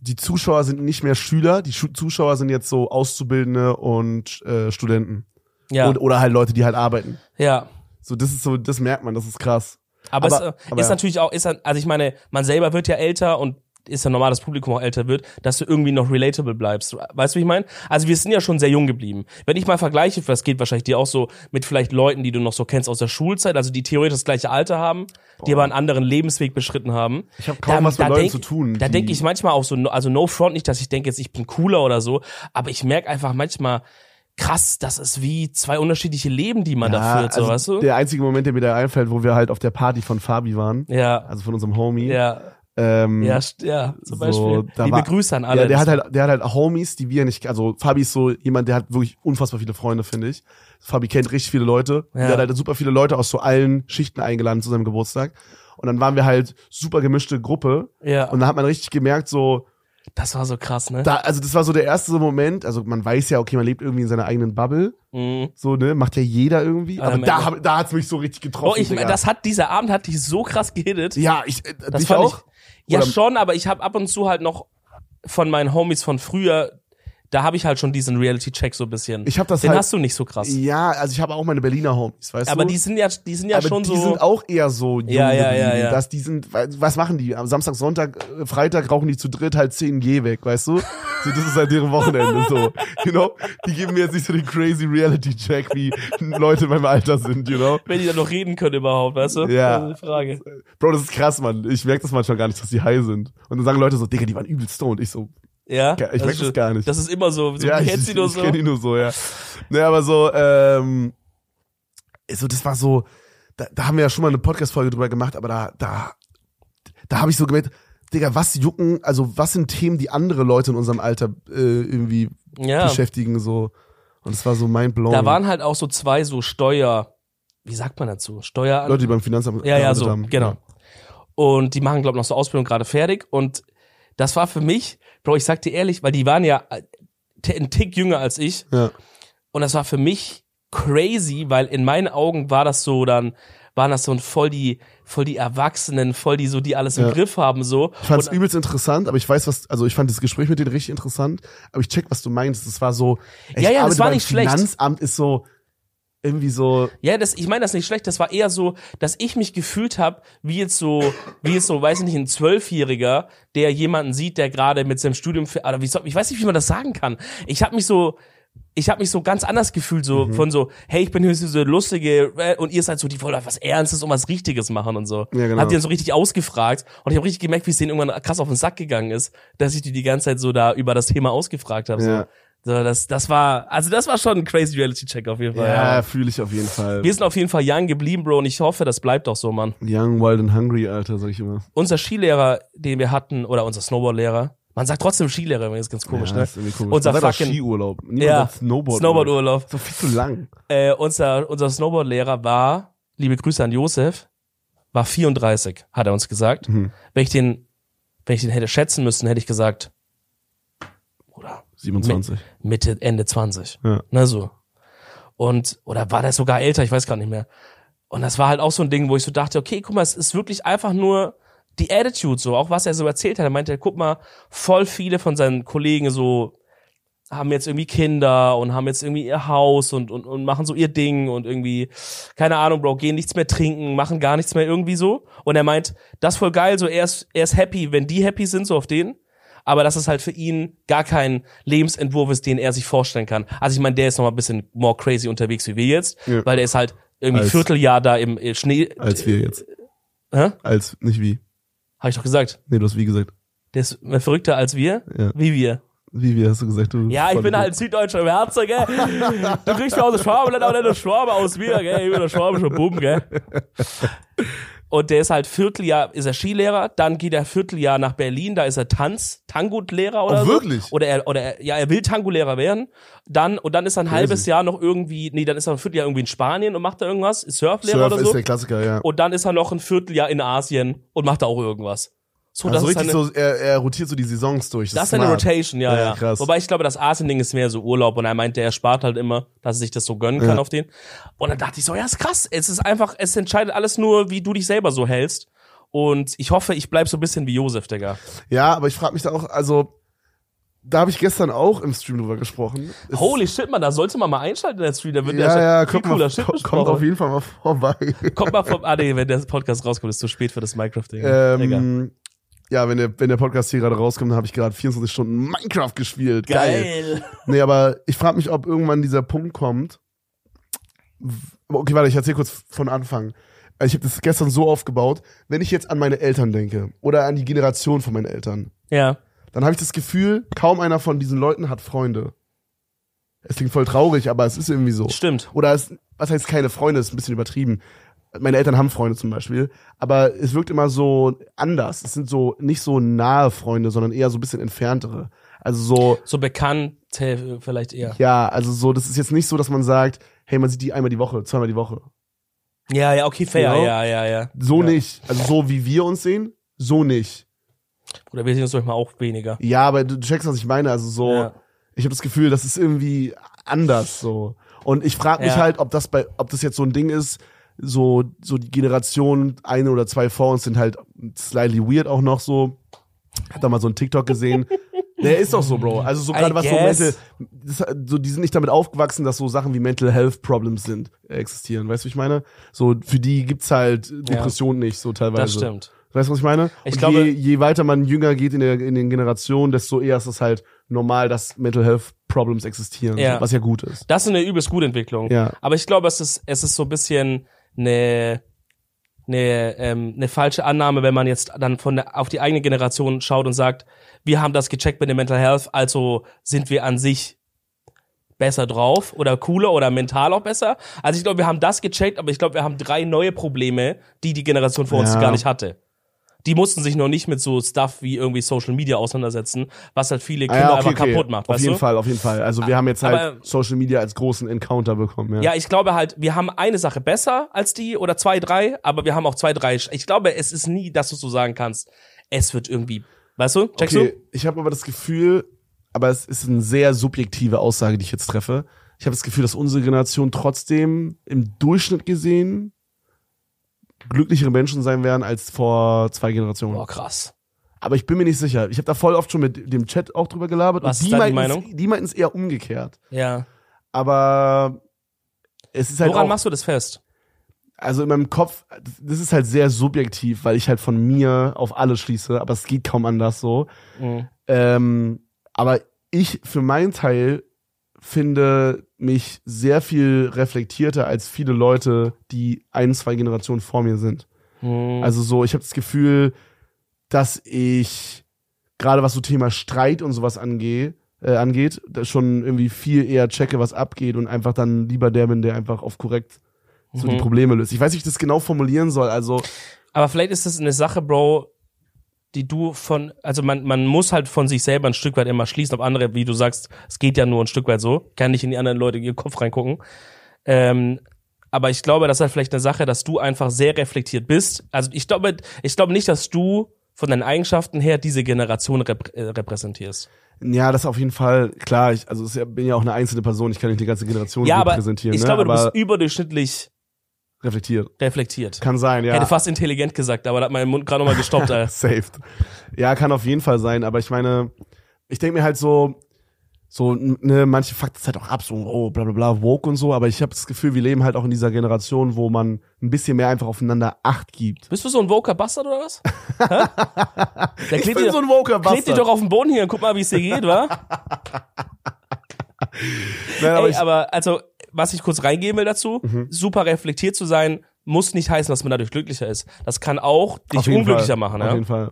S1: die Zuschauer sind nicht mehr Schüler, die Schu Zuschauer sind jetzt so Auszubildende und äh, Studenten.
S2: Ja,
S1: Und, oder halt Leute, die halt arbeiten.
S2: ja.
S1: So, das ist so, das merkt man, das ist krass.
S2: Aber, es
S1: Aber-
S2: äh,
S1: aber
S2: ist
S1: ja.
S2: natürlich auch, ist, halt- also ich meine, man selber wird ja älter und ist ja normal, dass das Publikum auch älter wird, dass du irgendwie noch relatable bleibst. Weißt du, wie ich meine? Also wir sind ja schon sehr jung geblieben. Wenn ich mal vergleiche, das geht wahrscheinlich dir auch so, mit vielleicht Leuten, die du noch so kennst aus der Schulzeit, also die theoretisch das gleiche Alter haben, die aber einen anderen Lebensweg beschritten haben.
S1: Ich habe kaum
S2: Da-
S1: was mit
S2: da
S1: Leuten
S2: denk-
S1: zu tun.
S2: Da
S1: die-
S2: denke ich manchmal auch so, no- also no front, nicht, dass ich denke jetzt, ich bin cooler oder so, aber ich merke einfach manchmal, krass, das ist wie zwei unterschiedliche Leben, die man da führt, so,
S1: also
S2: weißt du?
S1: Der einzige Moment, der mir da einfällt, wo wir halt auf der Party von Fabi waren,
S2: Ja,
S1: also von unserem Homie.
S2: ja,
S1: Ähm,
S2: ja, st- ja, zum
S1: so,
S2: Beispiel.
S1: da
S2: Liebe
S1: war-
S2: Grüße an alle.
S1: ja, der hat halt, der hat halt Homies, die wir nicht, also Fabi ist so jemand, der hat wirklich unfassbar viele Freunde, finde ich. Fabi kennt richtig viele Leute.
S2: Ja.
S1: Der hat halt super viele Leute aus so allen Schichten eingeladen zu seinem Geburtstag. Und dann waren wir halt super gemischte Gruppe.
S2: ja,
S1: halt- Und da hat man richtig gemerkt, so,
S2: das war so krass, ne?
S1: da, also das war so der erste so Moment, also man weiß ja, okay, man lebt irgendwie in seiner eigenen Bubble,
S2: Mhm.
S1: so, ne, macht ja jeder irgendwie.
S2: Aber
S1: Aber
S2: am
S1: da,
S2: Ende-
S1: hab- da hat's mich so richtig getroffen.
S2: Oh, ich,
S1: Digga.
S2: das hat, dieser Abend hat dich so krass gehittet.
S1: Ja, ich, äh,
S2: Das
S1: dich
S2: fand
S1: auch?
S2: ich. Ja,
S1: Oder-
S2: schon, aber ich habe ab und zu halt noch von meinen Homies von früher, da habe ich halt schon diesen Reality-Check so ein bisschen.
S1: Ich habe das
S2: Den
S1: halt.
S2: hast du nicht so krass.
S1: ja, also ich habe auch meine Berliner Homies, weißt
S2: aber
S1: du?
S2: die sind ja, die sind ja
S1: aber
S2: schon
S1: die
S2: so.
S1: sind auch eher so jung
S2: Ja, ja, ja,
S1: geblieben,
S2: ja.
S1: dass die sind, was machen die? Am Samstag, Sonntag, äh, Freitag rauchen die zu dritt halt 10G weg, weißt du? So, das ist halt deren Wochenende,
S2: [laughs]
S1: so. You know? Die geben mir jetzt nicht so den crazy Reality-Check, wie Leute in meinem Alter sind, you know?
S2: wenn die dann noch reden können überhaupt, weißt du?
S1: Ja.
S2: Das ist die Frage.
S1: Bro, das ist krass, Mann. Ich merke das manchmal gar nicht, dass die high sind. Und dann sagen Leute so, Digga, die waren übel stoned. Ich so,
S2: Ja.
S1: ich merk das
S2: ist-
S1: gar nicht.
S2: Das ist immer so, so
S1: ja,
S2: du
S1: ich,
S2: kennst sie nur
S1: ich
S2: so.
S1: kenn die nur so, ja. Naja, aber so, ähm, so, das war so, da, da haben wir ja schon mal eine Podcast-Folge drüber gemacht, aber da, da, da habe ich so gemerkt, Digga, was jucken, also was sind Themen, die andere Leute in unserem Alter äh, irgendwie
S2: Ja.
S1: beschäftigen, so. Und es war so mindblowing.
S2: Da waren halt auch so zwei so Steuer, wie sagt man dazu? Steuer
S1: Leute, die beim Finanzamt
S2: Ja, ja,
S1: gearbeitet
S2: so,
S1: haben.
S2: genau. Und die machen, glaube ich, noch so Ausbildung gerade fertig. Und das war für mich, Bro, ich sag dir ehrlich, weil die waren ja äh, t- ein Tick jünger als ich.
S1: Ja.
S2: Und das war für mich crazy, weil in meinen Augen war das so dann, waren das so ein voll die, voll die Erwachsenen, voll die so, die alles im
S1: Ja.
S2: Griff haben, so.
S1: Ich fand es
S2: Und-
S1: übelst interessant, aber ich weiß, was, also ich fand das Gespräch mit denen richtig interessant, aber ich check, was du meinst. Es war so, ey,
S2: Ja,
S1: ich
S2: ja, das
S1: arbeite
S2: war
S1: beim
S2: nicht schlecht.
S1: Finanzamt ist so, irgendwie so,
S2: Ja, das, ich meine das nicht schlecht, das war eher so, dass ich mich gefühlt habe, wie jetzt so, wie jetzt so, weiß ich nicht, ein Zwölfjähriger, der jemanden sieht, der gerade mit seinem Studium, fe- oder wie soll, ich weiß nicht, wie man das sagen kann. Ich habe mich so, ich habe mich so ganz anders gefühlt, so
S1: Mhm.
S2: von so, hey, ich bin hier so lustige äh, und ihr seid so, die wollen doch was Ernstes und was Richtiges machen und so.
S1: Ja, genau.
S2: Habt ihr so richtig ausgefragt und ich habe richtig gemerkt, wie es denen irgendwann krass auf den Sack gegangen ist, dass ich die die ganze Zeit so da über das Thema ausgefragt habe.
S1: Ja.
S2: So. so, das, das war, also das war schon ein crazy Reality-Check auf jeden Fall.
S1: ja, fühle ich auf jeden Fall.
S2: Wir sind auf jeden Fall young geblieben, Bro, und ich hoffe, das bleibt auch so, Mann.
S1: Young, wild and hungry, Alter, sag ich immer.
S2: Unser Skilehrer, den wir hatten, oder unser Snowboardlehrer, man sagt trotzdem Skilehrer, übrigens, ganz komisch,
S1: ja,
S2: ne?
S1: ist irgendwie komisch.
S2: Unser
S1: Man sagt auch
S2: fucking-
S1: Skiurlaub. Niemand
S2: Ja.
S1: sagt Snowboard.
S2: Snowboardurlaub.
S1: So viel zu lang.
S2: Äh, unser, unser Snowboardlehrer war, liebe Grüße an Josef, war 34, hat er uns gesagt.
S1: Mhm.
S2: Wenn ich den, wenn ich den hätte schätzen müssen, hätte ich gesagt, oder
S1: 27.
S2: Mitte, Ende 20.
S1: Ja.
S2: Na so. Und, oder war der sogar älter, ich weiß gar nicht mehr. Und das war halt auch so ein Ding, wo ich so dachte, okay, guck mal, es ist wirklich einfach nur die Attitude so, auch was er so erzählt hat. Er meinte, guck mal, voll viele von seinen Kollegen so haben jetzt irgendwie Kinder und haben jetzt irgendwie ihr Haus und, und, und machen so ihr Ding und irgendwie, keine Ahnung, Bro, gehen nichts mehr trinken, machen gar nichts mehr irgendwie so. Und er meint, das ist voll geil, so er ist, er ist happy, wenn die happy sind, so auf den. Aber dass es halt für ihn gar kein Lebensentwurf ist, den er sich vorstellen kann. Also ich meine, der ist noch mal ein bisschen more crazy unterwegs wie wir jetzt,
S1: Ja.
S2: weil der ist halt irgendwie
S1: Als-
S2: Vierteljahr da im äh, Schnee.
S1: Als wir jetzt.
S2: Hä?
S1: Als, nicht wie.
S2: Habe ich doch gesagt.
S1: Nee, du hast wie gesagt.
S2: Der ist verrückter als wir.
S1: Ja.
S2: Wie wir.
S1: Wie, wie hast du gesagt? Du
S2: Ja, ich
S1: voll-
S2: bin halt Süddeutscher im Herzen, gell? Du kriegst mich aus dem Schwabenland, aber nicht der Schwabe aus mir, gell? Ich bin der schwabische Bum, gell? Und der ist halt Vierteljahr, ist er Skilehrer, dann geht er Vierteljahr nach Berlin, da ist er Tanz, Tangutlehrer oder
S1: Oh,
S2: so.
S1: wirklich?
S2: Oder er, oder er, ja, er will Tango-Lehrer werden. Dann, und dann ist er ein halbes Jahr noch irgendwie, nee, dann ist er ein Vierteljahr irgendwie in Spanien und macht da irgendwas, ist Surflehrer
S1: Surf
S2: oder
S1: ist
S2: so.
S1: der Klassiker, ja.
S2: Und dann ist er noch ein Vierteljahr in Asien und macht da auch irgendwas. So,
S1: also
S2: ist
S1: richtig
S2: seine-
S1: so, er, er rotiert so die Saisons durch.
S2: das ist
S1: smart.
S2: eine Rotation, ja,
S1: Ja,
S2: ja.
S1: krass.
S2: Wobei ich glaube, das Asien-Ding ist mehr so Urlaub und er meinte, er spart halt immer, dass er sich das so gönnen kann
S1: Ja.
S2: auf den. Und dann dachte ich so, ja, ist krass. Es ist einfach, es entscheidet alles nur, wie du dich selber so hältst. Und ich hoffe, ich bleib so ein bisschen wie Josef, Digga.
S1: Ja, aber ich frage mich da auch, also, da habe ich gestern auch im Stream drüber gesprochen. Es-
S2: Holy shit, man, da sollte man mal einschalten in der Stream. Da wird
S1: ja,
S2: der
S1: ja,
S2: viel
S1: kommt, mal,
S2: cooler Shit
S1: kommt
S2: besprochen.
S1: auf jeden Fall mal vorbei.
S2: Kommt mal vom, ah nee, wenn der Podcast rauskommt, ist es zu spät für das Minecraft-Ding. Digga.
S1: Ähm, ja, wenn der, wenn der Podcast hier gerade rauskommt, dann habe ich gerade 24 Stunden Minecraft gespielt. Geil.
S2: Geil.
S1: Nee, aber ich frage mich, ob irgendwann dieser Punkt kommt. W- Okay, warte, ich erzähle kurz von Anfang. Also Ich habe das gestern so aufgebaut, wenn ich jetzt an meine Eltern denke oder an die Generation von meinen Eltern,
S2: Ja.
S1: dann habe ich das Gefühl, kaum einer von diesen Leuten hat Freunde. Es klingt voll traurig, aber es ist irgendwie so.
S2: Stimmt.
S1: Oder es, was heißt keine Freunde, ist ein bisschen übertrieben. Meine Eltern haben Freunde zum Beispiel, aber es wirkt immer so anders. Es sind so nicht so nahe Freunde, sondern eher so ein bisschen entferntere. Also so,
S2: So bekannt äh, vielleicht eher.
S1: ja, also so, das ist jetzt nicht so, dass man sagt, hey, man sieht die einmal die Woche, zweimal die Woche.
S2: Ja, ja, okay, fair.
S1: Genau.
S2: Ja, ja, ja.
S1: So
S2: ja.
S1: nicht. Also so, wie wir uns sehen, so nicht.
S2: Oder wir sehen uns manchmal auch weniger.
S1: Ja, aber du checkst, was ich meine. Also so,
S2: Ja.
S1: ich habe das Gefühl, das ist irgendwie anders so. Und ich frage mich
S2: Ja.
S1: halt, ob das bei, ob das jetzt so ein Ding ist, so, so die Generation, eine oder zwei vor uns sind halt slightly weird auch noch so. Hat da mal so ein TikTok
S2: [laughs]
S1: gesehen. Der ist doch so, Bro. Also so
S2: I
S1: gerade was so
S2: guess.
S1: Mental, das, so die sind nicht damit aufgewachsen, dass so Sachen wie Mental Health Problems sind äh, existieren. Weißt du, wie ich meine? So für die gibt's halt Depressionen nicht so teilweise.
S2: Das stimmt.
S1: Weißt du, was ich meine?
S2: Ich
S1: und
S2: glaube-
S1: je, je weiter man jünger geht in, der, in den Generationen, desto eher ist es halt normal, dass Mental Health Problems existieren,
S2: Ja.
S1: was ja gut ist.
S2: Das ist eine übelst gute Entwicklung.
S1: Ja.
S2: Aber ich glaube, es ist, es ist so ein bisschen eine, eine, ähm, eine falsche Annahme, wenn man jetzt dann von der, auf die eigene Generation schaut und sagt, wir haben das gecheckt mit dem Mental Health, also sind wir an sich besser drauf oder cooler oder mental auch besser. Also ich glaube, wir haben das gecheckt, aber ich glaube, wir haben drei neue Probleme, die die Generation vor uns
S1: Ja.
S2: gar nicht hatte. Die mussten sich noch nicht mit so Stuff wie irgendwie Social Media auseinandersetzen, was halt viele
S1: Ah
S2: Kinder einfach kaputt macht.
S1: Auf
S2: weißt
S1: jeden
S2: du? Ah,
S1: Fall, auf jeden Fall. Also wir haben jetzt halt
S2: aber-
S1: Social Media als großen Encounter bekommen. Ja.
S2: Ja, ich glaube halt, wir haben eine Sache besser als die oder zwei, drei, aber wir haben auch zwei, drei. Ich glaube, es ist nie, dass du so sagen kannst, es wird irgendwie, weißt du, checkst
S1: okay, ich habe aber das Gefühl, aber es ist eine sehr subjektive Aussage, die ich jetzt treffe. Ich habe das Gefühl, dass unsere Generation trotzdem im Durchschnitt gesehen glücklichere Menschen sein werden als vor zwei
S2: du?
S1: Generationen.
S2: Boah, krass.
S1: Aber ich bin mir nicht sicher. Ich habe da voll oft schon mit dem Chat auch drüber gelabert.
S2: Was
S1: und
S2: ist
S1: die
S2: da die
S1: meinten's-
S2: Meinung?
S1: Die meinten es eher umgekehrt.
S2: Ja.
S1: Aber es ist halt
S2: Woran
S1: auch,
S2: machst du das fest?
S1: also in meinem Kopf, das ist halt sehr subjektiv, weil ich halt von mir auf alle schließe, aber es geht kaum anders so.
S2: Mhm.
S1: Ähm, aber ich für meinen Teil finde mich sehr viel reflektierter als viele Leute, die ein, zwei Generationen vor mir sind.
S2: Mhm.
S1: Also so, ich habe das Gefühl, dass ich gerade was so Thema Streit und sowas angehe, äh, angeht, da schon irgendwie viel eher checke, was abgeht und einfach dann lieber der bin, der einfach auf korrekt so die
S2: Mhm.
S1: Probleme löst. Ich weiß nicht, wie ich das genau formulieren soll. Also
S2: Aber vielleicht ist das eine Sache, Bro, die du von, also man, man muss halt von sich selber ein Stück weit immer schließen, ob andere, wie du sagst, es geht ja nur ein Stück weit so, kann nicht in die anderen Leute in ihren Kopf reingucken. Ähm, aber ich glaube, das ist halt vielleicht eine Sache, dass du einfach sehr reflektiert bist. Also ich glaube, ich glaube nicht, dass du von deinen Eigenschaften her diese Generation reprä- äh, repräsentierst.
S1: ja, das auf jeden Fall klar. Ich also es ist ja- bin ja auch eine einzelne Person. Ich kann nicht die ganze Generation
S2: Ja, aber ich
S1: repräsentieren.
S2: glaube,
S1: ne?
S2: du
S1: aber
S2: bist überdurchschnittlich
S1: reflektiert.
S2: reflektiert.
S1: Kann sein, ja.
S2: Hätte fast intelligent gesagt, aber da hat mein Mund gerade nochmal
S1: [laughs]
S2: gestoppt. Alter.
S1: Saved. Ja, kann auf jeden Fall sein, aber ich meine, ich denke mir halt so, so, ne, manche fuckt es halt auch ab, so, oh, bla bla bla, woke und so, aber ich habe das Gefühl, wir leben halt auch in dieser Generation, wo man ein bisschen mehr einfach aufeinander Acht gibt.
S2: Bist du so ein woker Bastard oder
S1: [laughs]
S2: was? Hä? Der
S1: Ich
S2: klebt
S1: bin
S2: dir-
S1: so ein woker
S2: Klebt dich
S1: Bastard.
S2: doch auf den Boden hier und guck mal, wie es dir
S1: [laughs]
S2: geht, wa?
S1: Nein, aber
S2: Ey,
S1: ich, Mhm.
S2: aber also, was ich kurz reingeben will dazu, super reflektiert zu sein, muss nicht heißen, dass man dadurch glücklicher ist. Das kann auch dich
S1: auf jeden
S2: unglücklicher
S1: Fall,
S2: machen,
S1: Auf
S2: ja?
S1: jeden Fall.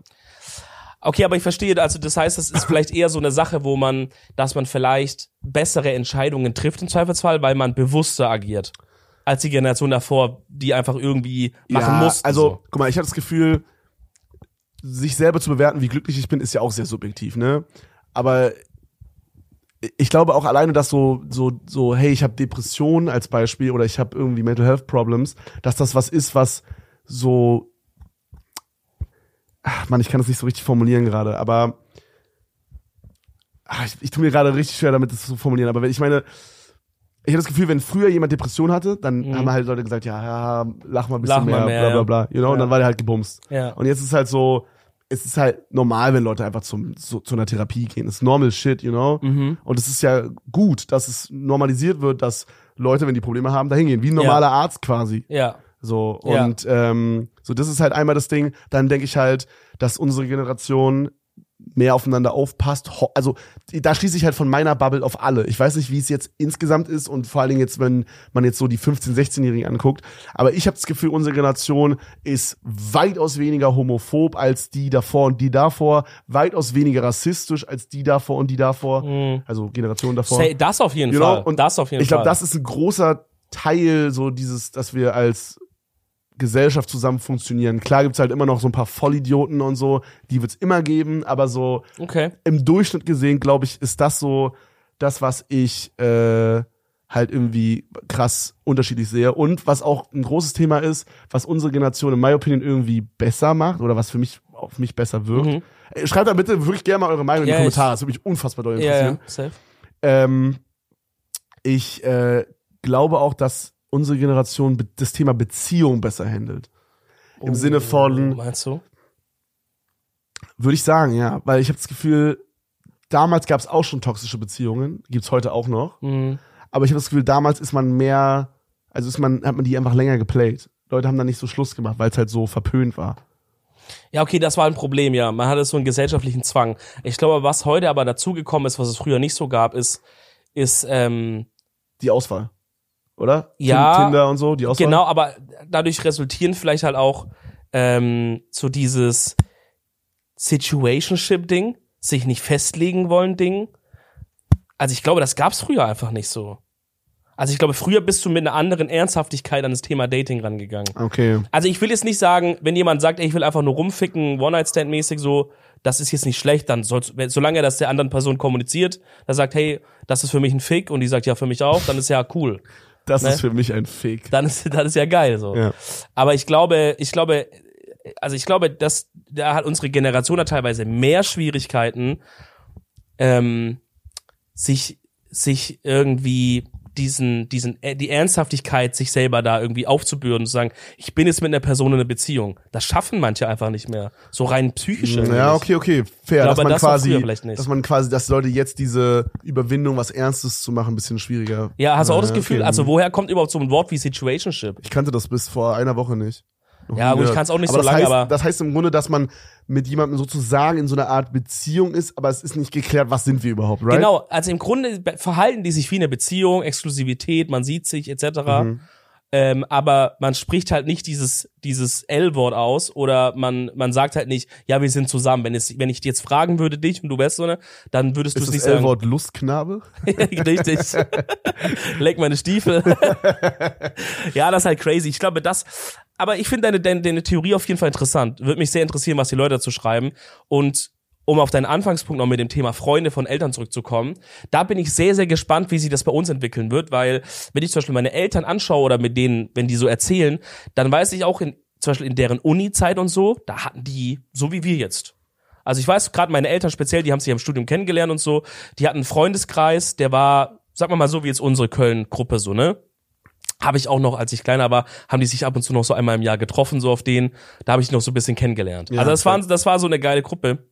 S2: Okay, aber ich verstehe, also das heißt, das ist vielleicht eher so eine Sache, wo man, dass man vielleicht bessere Entscheidungen trifft im Zweifelsfall, weil man bewusster agiert. Als die Generation davor, die einfach irgendwie machen
S1: ja,
S2: mussten.
S1: Also,
S2: so.
S1: guck mal, ich habe das Gefühl, sich selber zu bewerten, wie glücklich ich bin, ist ja auch sehr subjektiv, ne? Aber ich glaube auch alleine, dass so, so, so, hey, ich habe Depressionen als Beispiel oder ich habe irgendwie Mental Health Problems, dass das was ist, was so. Ach, Mann, ich kann das nicht so richtig formulieren gerade, aber. Ach, ich, ich tue mir gerade richtig schwer damit, das zu formulieren, aber wenn ich meine. Ich habe das Gefühl, wenn früher jemand Depression hatte, dann
S2: Mhm.
S1: haben halt Leute gesagt, ja, ja lach mal ein bisschen
S2: Lach mal
S1: mehr,
S2: mehr,
S1: bla bla bla. You know? Und
S2: Ja.
S1: dann war der halt gebumst.
S2: Ja.
S1: Und jetzt ist halt so, es ist halt normal, wenn Leute einfach zum, zu, zu einer Therapie gehen. Das ist normal shit, you know?
S2: Mhm.
S1: Und es ist ja gut, dass es normalisiert wird, dass Leute, wenn die Probleme haben, dahin gehen. Wie ein normaler Arzt quasi.
S2: Ja.
S1: So.
S2: Ja.
S1: Und ähm, so, das ist halt einmal das Ding. Dann denke ich halt, dass unsere Generation mehr aufeinander aufpasst. Ho- Also da schließe ich halt von meiner Bubble auf alle. Ich weiß nicht, wie es jetzt insgesamt ist und vor allen Dingen jetzt, wenn man jetzt so die 15-, 16-Jährigen anguckt. Aber ich habe das Gefühl, unsere Generation ist weitaus weniger homophob als die davor und die davor, weitaus weniger rassistisch als die davor und die davor.
S2: Mhm.
S1: Also Generation davor.
S2: Say, das auf jeden
S1: You know,
S2: Fall.
S1: und
S2: das auf jeden
S1: Ich glaube,
S2: Fall.
S1: das ist ein großer Teil so dieses, dass wir als Gesellschaft zusammen funktionieren. Klar gibt's halt immer noch so ein paar Vollidioten und so, die wird's immer geben, aber so
S2: Okay.
S1: im Durchschnitt gesehen, glaube ich, ist das so das, was ich äh, halt irgendwie krass unterschiedlich sehe. Und was auch ein großes Thema ist, was unsere Generation in my opinion irgendwie besser macht oder was für mich auf mich besser wirkt.
S2: Mhm.
S1: Äh, Schreibt da bitte wirklich gerne mal eure Meinung in
S2: Ja,
S1: die
S2: ich-
S1: Kommentare, das würde mich unfassbar doll interessieren.
S2: Ja, ja, safe.
S1: Ähm, ich äh, glaube auch, dass unsere Generation be- das Thema Beziehung besser handelt. Im Sinne von-
S2: Oh, Meinst du?
S1: Würde ich sagen, ja. Weil ich habe das Gefühl, damals gab es auch schon toxische Beziehungen, gibt's heute auch noch.
S2: Mhm.
S1: Aber ich habe das Gefühl, damals ist man mehr, also ist man, hat man die einfach länger geplayt. Leute haben da nicht so Schluss gemacht, weil es halt so verpönt war.
S2: Ja, okay, das war ein Problem, ja. Man hatte so einen gesellschaftlichen Zwang. Ich glaube, was heute aber dazugekommen ist, was es früher nicht so gab, ist, ist, ähm,
S1: Die Auswahl. Oder? Tin-
S2: Ja.
S1: Tinder und so, die Auswahl.
S2: Genau, aber dadurch resultieren vielleicht halt auch ähm, so dieses Situationship-Ding, sich nicht festlegen wollen Ding. Also ich glaube, das gab's früher einfach nicht so. Also ich glaube, früher bist du mit einer anderen Ernsthaftigkeit an das Thema Dating rangegangen.
S1: Okay.
S2: Also ich will jetzt nicht sagen, wenn jemand sagt, ey, ich will einfach nur rumficken, One-Night-Stand-mäßig so, das ist jetzt nicht schlecht, dann soll's, wenn- solange das der anderen Person kommuniziert, da sagt, hey, das ist für mich ein Fick und die sagt, ja, für mich auch, dann ist ja cool.
S1: Das
S2: Ne?
S1: ist für mich ein Fake.
S2: [laughs] Dann ist, dann ist ja geil so.
S1: Ja.
S2: Aber ich glaube, ich glaube, also ich glaube, dass da hat unsere Generation hat teilweise mehr Schwierigkeiten, ähm, sich sich irgendwie diesen diesen äh, die Ernsthaftigkeit sich selber da irgendwie aufzubürden und zu sagen, ich bin jetzt mit einer Person in einer Beziehung. Das schaffen manche einfach nicht mehr, so rein psychisch. irgendwie
S1: Hm, Ja,
S2: nicht.
S1: okay, okay, fair.
S2: glaube,
S1: dass man
S2: das war früher
S1: quasi,
S2: vielleicht nicht.
S1: dass man quasi, dass Leute jetzt diese Überwindung, was Ernstes zu machen, ein bisschen schwieriger.
S2: Ja, hast du auch das Gefühl,
S1: okay.
S2: also woher kommt überhaupt so ein Wort wie Situationship?
S1: ich kannte das bis vor einer Woche nicht. Noch
S2: Ja,
S1: nie
S2: gut, ich
S1: gehört.
S2: kann's auch nicht so
S1: das
S2: lange,
S1: heißt,
S2: aber-
S1: Das heißt im Grunde, dass man mit jemandem sozusagen in so einer Art Beziehung ist, aber es ist nicht geklärt, was sind wir überhaupt, right?
S2: Genau, also im Grunde be- verhalten die sich wie eine Beziehung, Exklusivität, man sieht sich etc.
S1: Mhm.
S2: Ähm, aber man spricht halt nicht dieses dieses L-Wort aus oder man man sagt halt nicht, ja, wir sind zusammen. Wenn es wenn ich jetzt fragen würde dich und du wärst so eine, dann würdest du
S1: Ist
S2: es
S1: das
S2: nicht sagen.
S1: L-Wort Lustknabe?
S2: [laughs] Richtig. Leck meine Stiefel. ja, das ist halt crazy. Ich glaube, das. Aber ich finde deine, deine, deine Theorie auf jeden Fall interessant. Würde mich sehr interessieren, was die Leute dazu schreiben. Und um auf deinen Anfangspunkt noch mit dem Thema Freunde von Eltern zurückzukommen, da bin ich sehr, sehr gespannt, wie sich das bei uns entwickeln wird, weil wenn ich zum Beispiel meine Eltern anschaue oder mit denen, wenn die so erzählen, dann weiß ich auch in, zum Beispiel in deren Uni-Zeit und so, da hatten die, so wie wir jetzt. Also ich weiß gerade meine Eltern speziell, die haben sich im Studium kennengelernt und so. Die hatten einen Freundeskreis, der war, sag mal mal so wie jetzt unsere Köln-Gruppe so ne. Habe ich auch noch, als ich kleiner war, haben die sich ab und zu noch so einmal im Jahr getroffen so auf denen. Da habe ich die noch so ein bisschen kennengelernt.
S1: Ja,
S2: also das
S1: klar.
S2: waren, das war so eine geile Gruppe.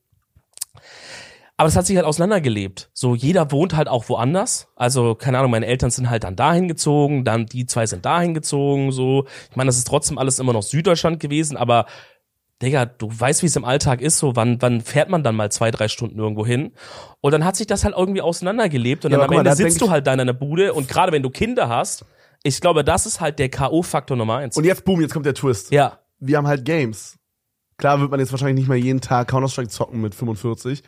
S2: Aber das hat sich halt auseinandergelebt. So, jeder wohnt halt auch woanders. Also, keine Ahnung, meine Eltern sind halt dann dahin gezogen, dann die zwei sind dahin gezogen, so. Ich meine, das ist trotzdem alles immer noch Süddeutschland gewesen, aber Digga, du weißt, wie es im Alltag ist, so wann, wann fährt man dann mal zwei, drei Stunden irgendwo hin? Und dann hat sich das halt irgendwie auseinandergelebt und
S1: Ja,
S2: dann
S1: aber
S2: am
S1: guck mal,
S2: Ende
S1: da
S2: sitzt
S1: denk
S2: du halt da in deiner Bude und gerade wenn du Kinder hast, ich glaube, das ist halt der K.O.-Faktor Nummer eins.
S1: Und jetzt, boom, jetzt kommt der Twist.
S2: ja,
S1: Wir haben halt Games. Klar wird man jetzt wahrscheinlich nicht mehr jeden Tag Counter-Strike zocken mit 45,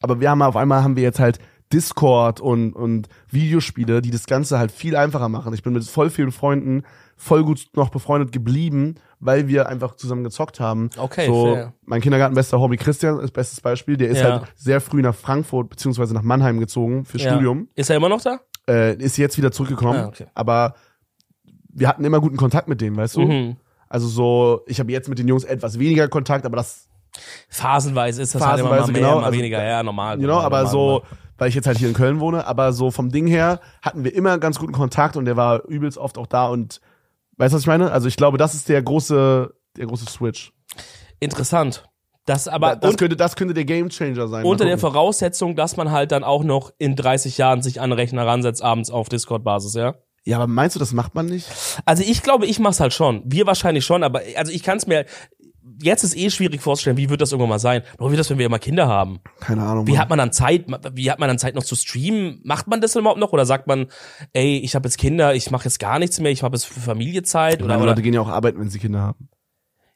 S1: aber wir haben auf einmal haben wir jetzt halt Discord und, und Videospiele, die das Ganze halt viel einfacher machen. Ich bin mit voll vielen Freunden voll gut noch befreundet geblieben, weil wir einfach zusammen gezockt haben.
S2: Okay,
S1: so,
S2: fair.
S1: Mein Kindergartenbester Hobby Christian ist bestes Beispiel. Der ist
S2: Ja.
S1: halt sehr früh nach Frankfurt beziehungsweise nach Mannheim gezogen für
S2: Ja.
S1: Studium.
S2: Ist er immer noch da?
S1: Äh, ist jetzt wieder zurückgekommen.
S2: Ah, okay.
S1: Aber wir hatten immer guten Kontakt mit denen, weißt du?
S2: Mhm.
S1: Also so, ich habe jetzt mit den Jungs etwas weniger Kontakt, aber das,
S2: Phasenweise ist das halt immer mal
S1: Phasenweise,
S2: mehr,
S1: genau,
S2: mal
S1: also,
S2: weniger. Ja, normal.
S1: you know,
S2: normal,
S1: aber
S2: normal,
S1: so,
S2: normal.
S1: weil ich jetzt halt hier in Köln wohne, aber so vom Ding her hatten wir immer ganz guten Kontakt und der war übelst oft auch da und weißt du, was ich meine? Also ich glaube, das ist der große, der große Switch.
S2: Interessant. Das aber
S1: das,
S2: un-
S1: könnte, das könnte der Gamechanger sein. Mal
S2: unter der
S1: gucken.
S2: Voraussetzung, dass man halt dann auch noch in 30 Jahren sich an den Rechner ransetzt, abends auf Discord-Basis, ja?
S1: ja, aber meinst du, das macht man nicht?
S2: Also ich glaube, ich mach's halt schon. Wir wahrscheinlich schon, aber also ich kann's mir jetzt ist eh schwierig vorzustellen, wie wird das irgendwann mal sein? Bro, wie wird das, wenn wir immer Kinder haben?
S1: Keine Ahnung.
S2: Wie
S1: Mann.
S2: hat man dann Zeit? Wie hat man dann Zeit noch zu streamen? Macht man das überhaupt noch oder sagt man, ey, ich habe jetzt Kinder, ich mache jetzt gar nichts mehr, ich habe jetzt für Familie Zeit oder,
S1: Meine
S2: oder
S1: Leute gehen ja auch arbeiten, wenn sie Kinder haben.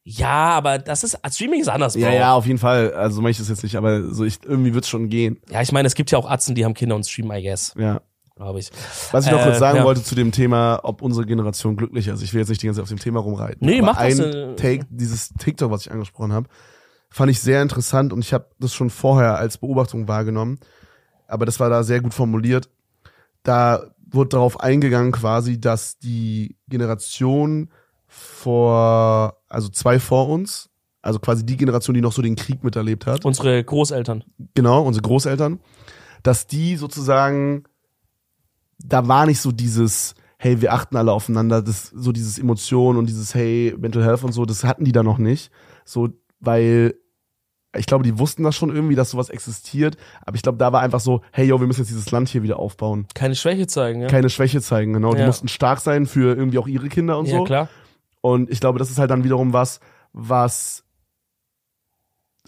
S2: Ja, aber das ist also Streaming ist anders, Bro.
S1: Ja, ja, auf jeden Fall. Also mache ich das jetzt nicht, aber so ich, irgendwie wird's schon gehen.
S2: ja, ich meine, es gibt ja auch Atzen, die haben Kinder und streamen, I guess,
S1: Ja.
S2: glaube ich.
S1: Was ich noch
S2: Äh,
S1: kurz sagen
S2: ja.
S1: wollte zu dem Thema, ob unsere Generation glücklicher ist. Ich will jetzt nicht die ganze Zeit auf dem Thema rumreiten.
S2: Nee,
S1: aber
S2: mach das,
S1: ein
S2: äh,
S1: Take, dieses TikTok, was ich angesprochen habe, fand ich sehr interessant und ich habe das schon vorher als Beobachtung wahrgenommen. Aber das war da sehr gut formuliert. Da wurde darauf eingegangen quasi, dass die Generation vor, also zwei vor uns, also quasi die Generation, die noch so den Krieg miterlebt hat,
S2: Unsere Großeltern.
S1: genau, unsere Großeltern, dass die sozusagen, da war nicht so dieses, hey, wir achten alle aufeinander, das, so dieses Emotionen und dieses, hey, Mental Health und so, das hatten die da noch nicht. So, weil ich glaube, die wussten das schon irgendwie, dass sowas existiert, aber ich glaube, da war einfach so, hey, yo, wir müssen jetzt dieses Land hier wieder aufbauen.
S2: Keine Schwäche zeigen, ja.
S1: Keine Schwäche zeigen, genau. Die
S2: Ja.
S1: mussten stark sein für irgendwie auch ihre Kinder und
S2: ja,
S1: so.
S2: klar.
S1: Und ich glaube, das ist halt dann wiederum was, was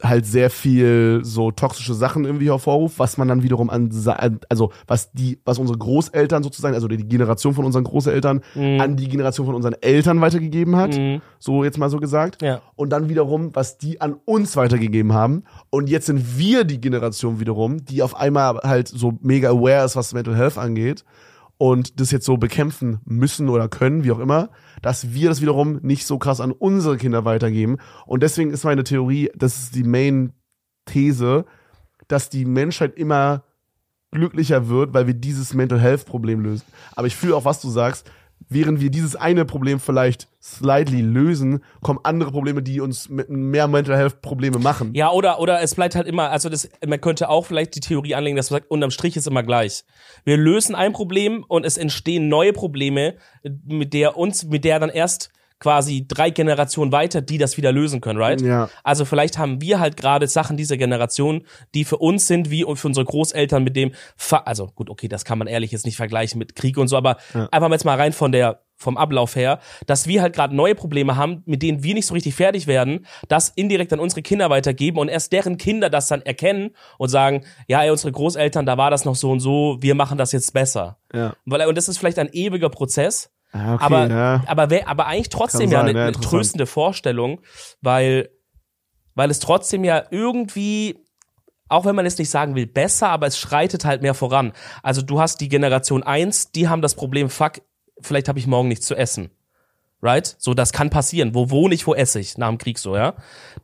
S1: halt sehr viel so toxische Sachen irgendwie hervorruft, was man dann wiederum an, sa- an- also was die, was unsere Großeltern sozusagen, also die Generation von unseren Großeltern
S2: Mhm.
S1: an die Generation von unseren Eltern weitergegeben hat,
S2: Mhm.
S1: so jetzt mal so gesagt.
S2: Ja.
S1: Und dann wiederum, was die an uns weitergegeben haben. Und jetzt sind wir die Generation wiederum, die auf einmal halt so mega aware ist, was Mental Health angeht. Und das jetzt so bekämpfen müssen oder können, wie auch immer, dass wir das wiederum nicht so krass an unsere Kinder weitergeben. Und deswegen ist meine Theorie, das ist die Main-These, dass die Menschheit immer glücklicher wird, weil wir dieses Mental Health Problem lösen. Aber ich fühle auch, was du sagst. Während wir dieses eine Problem vielleicht slightly lösen, kommen andere Probleme, die uns mit mehr Mental Health Probleme machen.
S2: Ja, oder, oder es bleibt halt immer, also das, man könnte auch vielleicht die Theorie anlegen, dass man sagt, unterm Strich ist immer gleich. Wir lösen ein Problem und es entstehen neue Probleme, äh, mit der uns, mit der dann erst quasi drei Generationen weiter, die das wieder lösen können, right?
S1: Ja.
S2: Also vielleicht haben wir halt gerade Sachen dieser Generation, die für uns sind, wie und für unsere Großeltern mit dem, Fa also gut, okay, das kann man ehrlich jetzt nicht vergleichen mit Krieg und so, aber einfach mal jetzt mal rein von der vom Ablauf her, dass wir halt gerade neue Probleme haben, mit denen wir nicht so richtig fertig werden, das indirekt an unsere Kinder weitergeben und erst deren Kinder das dann erkennen und sagen, ja, ey, unsere Großeltern, da war das noch so und so, wir machen das jetzt besser.
S1: Ja.
S2: Weil, und das ist vielleicht ein ewiger Prozess,
S1: Ah, Okay,
S2: aber, also
S1: ja.
S2: aber, wär, aber eigentlich
S1: Kann
S2: trotzdem ja
S1: sein,
S2: eine,
S1: ja,
S2: eine
S1: interessant.
S2: tröstende Vorstellung, weil, weil es trotzdem ja irgendwie, auch wenn man es nicht sagen will, besser, aber es schreitet halt mehr voran. Also du hast die Generation 1, die haben das Problem, fuck, vielleicht habe ich morgen nichts zu essen. Right? So, das kann passieren. Wo wohne ich, wo esse ich? Nach dem Krieg so, ja.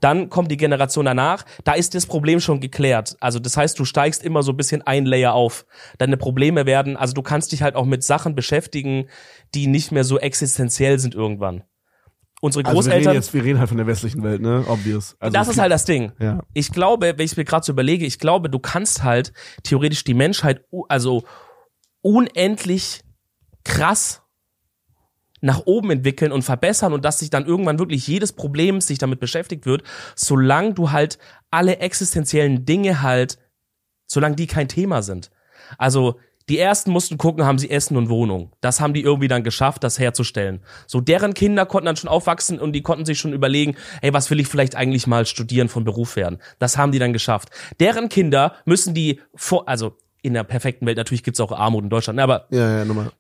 S2: Dann kommt die Generation danach, da ist das Problem schon geklärt. Also, das heißt, du steigst immer so ein bisschen ein Layer auf. Deine Probleme werden, also du kannst dich halt auch mit Sachen beschäftigen, die nicht mehr so existenziell sind irgendwann. Unsere
S1: Also wir reden
S2: Großeltern,
S1: jetzt, wir reden halt von der westlichen Welt, ne? Obvious. Also
S2: das ist halt das Ding.
S1: Ja.
S2: Ich glaube, wenn ich mir gerade so überlege, ich glaube, du kannst halt theoretisch die Menschheit, u- also unendlich krass nach oben entwickeln und verbessern und dass sich dann irgendwann wirklich jedes Problem sich damit beschäftigt wird, solange du halt alle existenziellen Dinge halt, solange die kein Thema sind. Also die ersten mussten gucken, haben sie Essen und Wohnung. Das haben die irgendwie dann geschafft, das herzustellen. So deren Kinder konnten dann schon aufwachsen und die konnten sich schon überlegen, hey, was will ich vielleicht eigentlich mal studieren von Beruf werden? Das haben die dann geschafft. Deren Kinder müssen die vor, also in der perfekten Welt natürlich gibt's auch Armut in Deutschland, ne, aber
S1: Ja, ja, nochmal.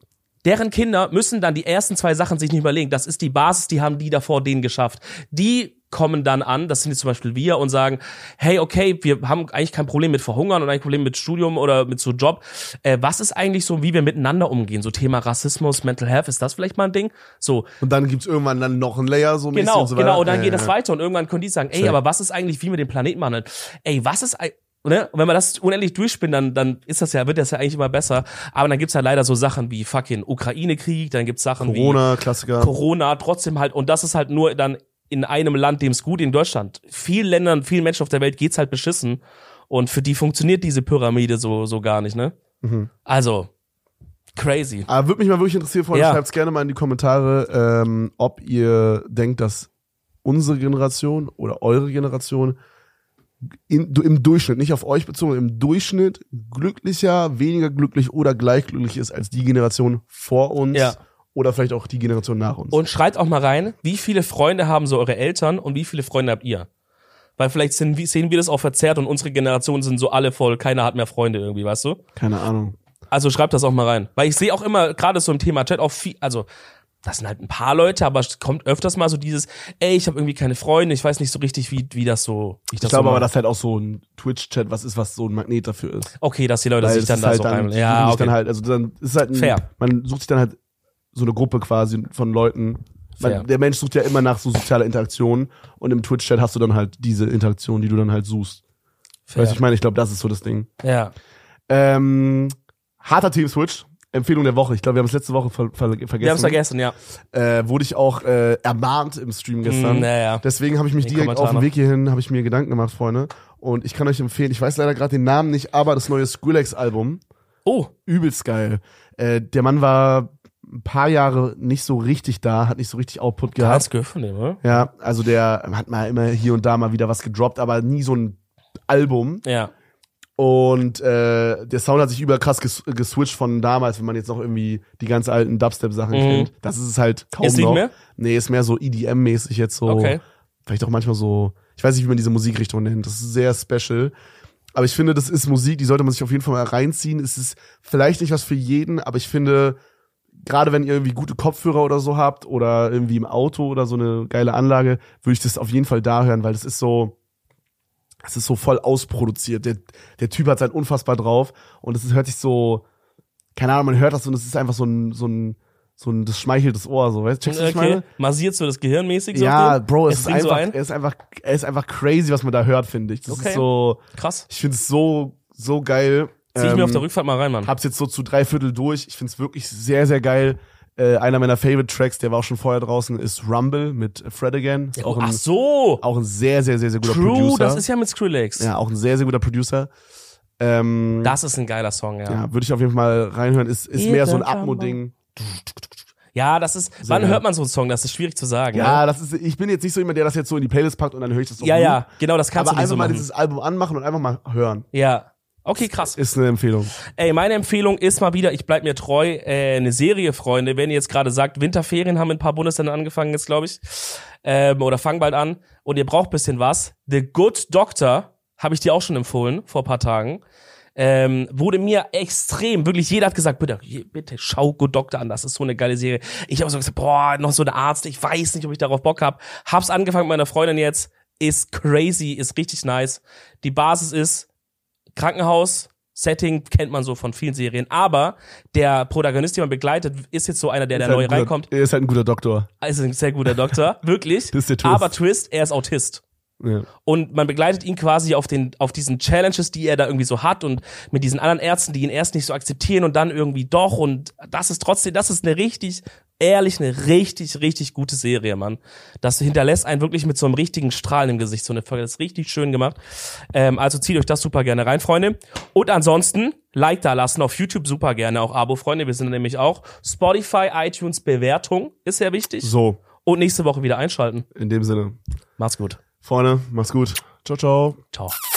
S2: Deren Kinder müssen dann die ersten zwei Sachen sich nicht überlegen. Das ist die Basis, die haben die davor denen geschafft. Die kommen dann an, das sind jetzt zum Beispiel wir und sagen, hey, okay, wir haben eigentlich kein Problem mit Verhungern und ein Problem mit Studium oder mit so Job. Äh, was ist eigentlich so, wie wir miteinander umgehen? So Thema Rassismus, Mental Health, ist das vielleicht mal ein Ding? So,
S1: Und dann gibt's irgendwann dann noch ein Layer so mäßig
S2: Genau,
S1: und so weiter.
S2: genau. Und dann
S1: Ja,
S2: geht
S1: ja,
S2: das
S1: ja.
S2: weiter und irgendwann können die sagen, ey,
S1: Check.
S2: aber was ist eigentlich, wie wir den Planeten behandeln? Ey, was ist ei- Ne? Und wenn man das unendlich durchspinnt, dann, dann ist das ja, wird das ja eigentlich immer besser. Aber dann gibt's ja leider so Sachen wie fucking Ukraine-Krieg, dann gibt's Sachen wie
S1: Corona, Klassiker.
S2: Corona, trotzdem halt, und das ist halt nur dann in einem Land, dem es gut in Deutschland. Vielen Ländern, vielen Menschen auf der Welt geht's halt beschissen. Und für die funktioniert diese Pyramide so, so gar nicht, ne?
S1: Mhm.
S2: Also, crazy.
S1: Aber würde mich mal wirklich interessieren, Freunde,
S2: Ja.
S1: schreibt's gerne mal in die Kommentare, ähm, ob ihr denkt, dass unsere Generation oder eure Generation in, du- im Durchschnitt, nicht auf euch bezogen, im Durchschnitt glücklicher, weniger glücklich oder gleich glücklich ist als die Generation vor uns
S2: Ja.
S1: oder vielleicht auch die Generation nach uns.
S2: Und schreibt auch mal rein, wie viele Freunde haben so eure Eltern und wie viele Freunde habt ihr? Weil vielleicht sind, wir- sehen wir das auch verzerrt und unsere Generation sind so alle voll, keiner hat mehr Freunde irgendwie, weißt du?
S1: Keine Ahnung.
S2: Also schreibt das auch mal rein. Weil ich sehe auch immer, gerade so im Thema Chat, auch viel, also das sind halt ein paar Leute, aber es kommt öfters mal so dieses, ey, ich habe irgendwie keine Freunde, ich weiß nicht so richtig, wie, wie das so.
S1: Ich
S2: das
S1: glaube
S2: so
S1: aber,
S2: mache.
S1: dass halt auch so ein Twitch-Chat was ist, was so ein Magnet dafür ist.
S2: Okay, dass die Leute
S1: Weil
S2: sich
S1: es
S2: dann
S1: ist
S2: da
S1: halt
S2: so
S1: dann,
S2: rein.
S1: die suchen
S2: Ja,
S1: sich
S2: okay.
S1: dann halt, also dann ist es halt ein,
S2: Fair.
S1: man sucht sich dann halt so eine Gruppe quasi von Leuten.
S2: Fair.
S1: Man, der Mensch sucht ja immer nach so sozialer Interaktion und im Twitch-Chat hast du dann halt diese Interaktion, die du dann halt suchst.
S2: fair.
S1: Weißt du, ich meine, ich glaube, das ist so das Ding.
S2: ja.
S1: Ähm, harter Team-Switch. Empfehlung der Woche. Ich glaube, wir haben es letzte Woche ver ver vergessen.
S2: Wir haben es vergessen, ja.
S1: Äh, wurde ich auch äh, ermahnt im Stream gestern.
S2: Mm, ja, ja.
S1: Deswegen habe ich mich
S2: Den
S1: direkt
S2: Kommentar
S1: auf dem
S2: noch.
S1: Weg hierhin, habe ich mir Gedanken gemacht, Freunde. Und ich kann euch empfehlen, ich weiß leider gerade den Namen nicht, aber das neue Skrillex-Album
S2: Oh,
S1: übelst geil. Äh, der Mann war ein paar Jahre nicht so richtig da, hat nicht so richtig Output
S2: ja.
S1: gehabt.
S2: hast gehört von dem, oder?
S1: Ja, also der hat mal immer hier und da mal wieder was gedroppt, aber nie so ein Album.
S2: Ja.
S1: Und äh, der Sound hat sich überkrass ges geswitcht von damals, wenn man jetzt noch irgendwie die ganz alten Dubstep-Sachen
S2: Mhm.
S1: kennt. Das ist es halt kaum
S2: Ist nicht
S1: noch.
S2: mehr?
S1: Nee, ist mehr so EDM-mäßig jetzt so.
S2: Okay.
S1: Vielleicht auch manchmal so, ich weiß nicht, wie man diese Musikrichtung nennt. Das ist sehr special. Aber ich finde, das ist Musik, die sollte man sich auf jeden Fall mal reinziehen. Es ist vielleicht nicht was für jeden, aber ich finde, gerade wenn ihr irgendwie gute Kopfhörer oder so habt oder irgendwie im Auto oder so eine geile Anlage, würde ich das auf jeden Fall da hören, weil das ist so, das ist so voll ausproduziert. Der, der Typ hat sein unfassbar drauf und es ist- hört sich so, keine Ahnung, man hört das und es ist einfach so ein, so ein, so ein, das schmeichelt das Ohr so, weißt du, checkst du, was ich
S2: Okay.
S1: meine?
S2: Massierst du das Gehirn mäßig? so auf
S1: Ja,
S2: den?
S1: Bro, es, ist
S2: dringt
S1: einfach,
S2: so ein?
S1: er ist einfach, er ist einfach crazy, was man da hört, finde ich. Das
S2: Okay.
S1: ist so,
S2: Krass.
S1: ich finde es so, so geil.
S2: Zieh ich mir auf der
S1: Ähm,
S2: Rückfahrt mal rein, Mann.
S1: Hab's jetzt so zu drei Viertel durch. Ich find's wirklich sehr, sehr geil. Äh, einer meiner Favorite Tracks, der war auch schon vorher draußen, ist Rumble mit Fred Again. Ist auch,
S2: Ach
S1: ein,
S2: so.
S1: auch ein sehr, sehr, sehr, sehr guter
S2: oh, True,
S1: Producer.
S2: das ist ja mit Skrillex.
S1: ja, auch ein sehr, sehr guter Producer. Ähm,
S2: Das ist ein geiler Song, ja. Ja,
S1: ja, würde ich auf jeden Fall mal reinhören. Ist, ist
S2: Ihr
S1: mehr so ein
S2: seid am
S1: Atmo-Ding.
S2: das ist. wann
S1: geil.
S2: hört man so einen Song? Das ist schwierig zu sagen.
S1: Ja, das ist, ich bin jetzt nicht so jemand, der das jetzt so in die Playlist packt und dann höre ich das so.
S2: ne? ja,
S1: gut.
S2: ja. Genau, das kannst
S1: Aber
S2: du nicht
S1: einfach
S2: so
S1: mal
S2: machen.
S1: dieses Album anmachen und einfach mal hören.
S2: ja. Okay, krass.
S1: Ist eine Empfehlung.
S2: Ey, meine Empfehlung ist mal wieder, ich bleib mir treu, äh, eine Serie, Freunde. Wenn ihr jetzt gerade sagt, Winterferien haben in ein paar Bundesländern angefangen jetzt, glaube ich, ähm, oder fangen bald an und ihr braucht bisschen was. The Good Doctor habe ich dir auch schon empfohlen vor ein paar Tagen. Ähm, wurde mir extrem, wirklich jeder hat gesagt, bitte, je- bitte schau Good Doctor an, das ist so eine geile Serie. Ich habe so gesagt, boah, noch so ein Arzt, ich weiß nicht, ob ich darauf Bock hab. Hab's angefangen mit meiner Freundin jetzt, ist crazy, ist richtig nice. Die Basis ist, Krankenhaus, Setting kennt man so von vielen Serien, aber der Protagonist, den man begleitet, ist jetzt so einer, der, der
S1: Ist halt
S2: neu
S1: ein guter,
S2: reinkommt.
S1: Er ist halt ein guter Doktor.
S2: Ist ein sehr
S1: [laughs]
S2: guter Doktor, wirklich.
S1: Das ist der Twist.
S2: aber Twist, er ist Autist.
S1: Ja.
S2: Und man begleitet ihn quasi auf, den, auf diesen Challenges, die er da irgendwie so hat und mit diesen anderen Ärzten, die ihn erst nicht so akzeptieren und dann irgendwie doch. Und das ist trotzdem, das ist eine richtig, ehrlich, eine richtig, richtig gute Serie, Mann. Das hinterlässt einen wirklich mit so einem richtigen Strahlen im Gesicht. So eine Folge, das ist richtig schön gemacht. Ähm, also zieht euch das super gerne rein, Freunde. Und ansonsten, Like da lassen auf YouTube super gerne, auch Abo, Freunde. Wir sind nämlich auch Spotify, iTunes, Bewertung ist sehr wichtig.
S1: So,
S2: Und nächste Woche wieder einschalten.
S1: in dem Sinne.
S2: Macht's gut.
S1: Freunde, mach's gut. Ciao, ciao.
S2: Ciao.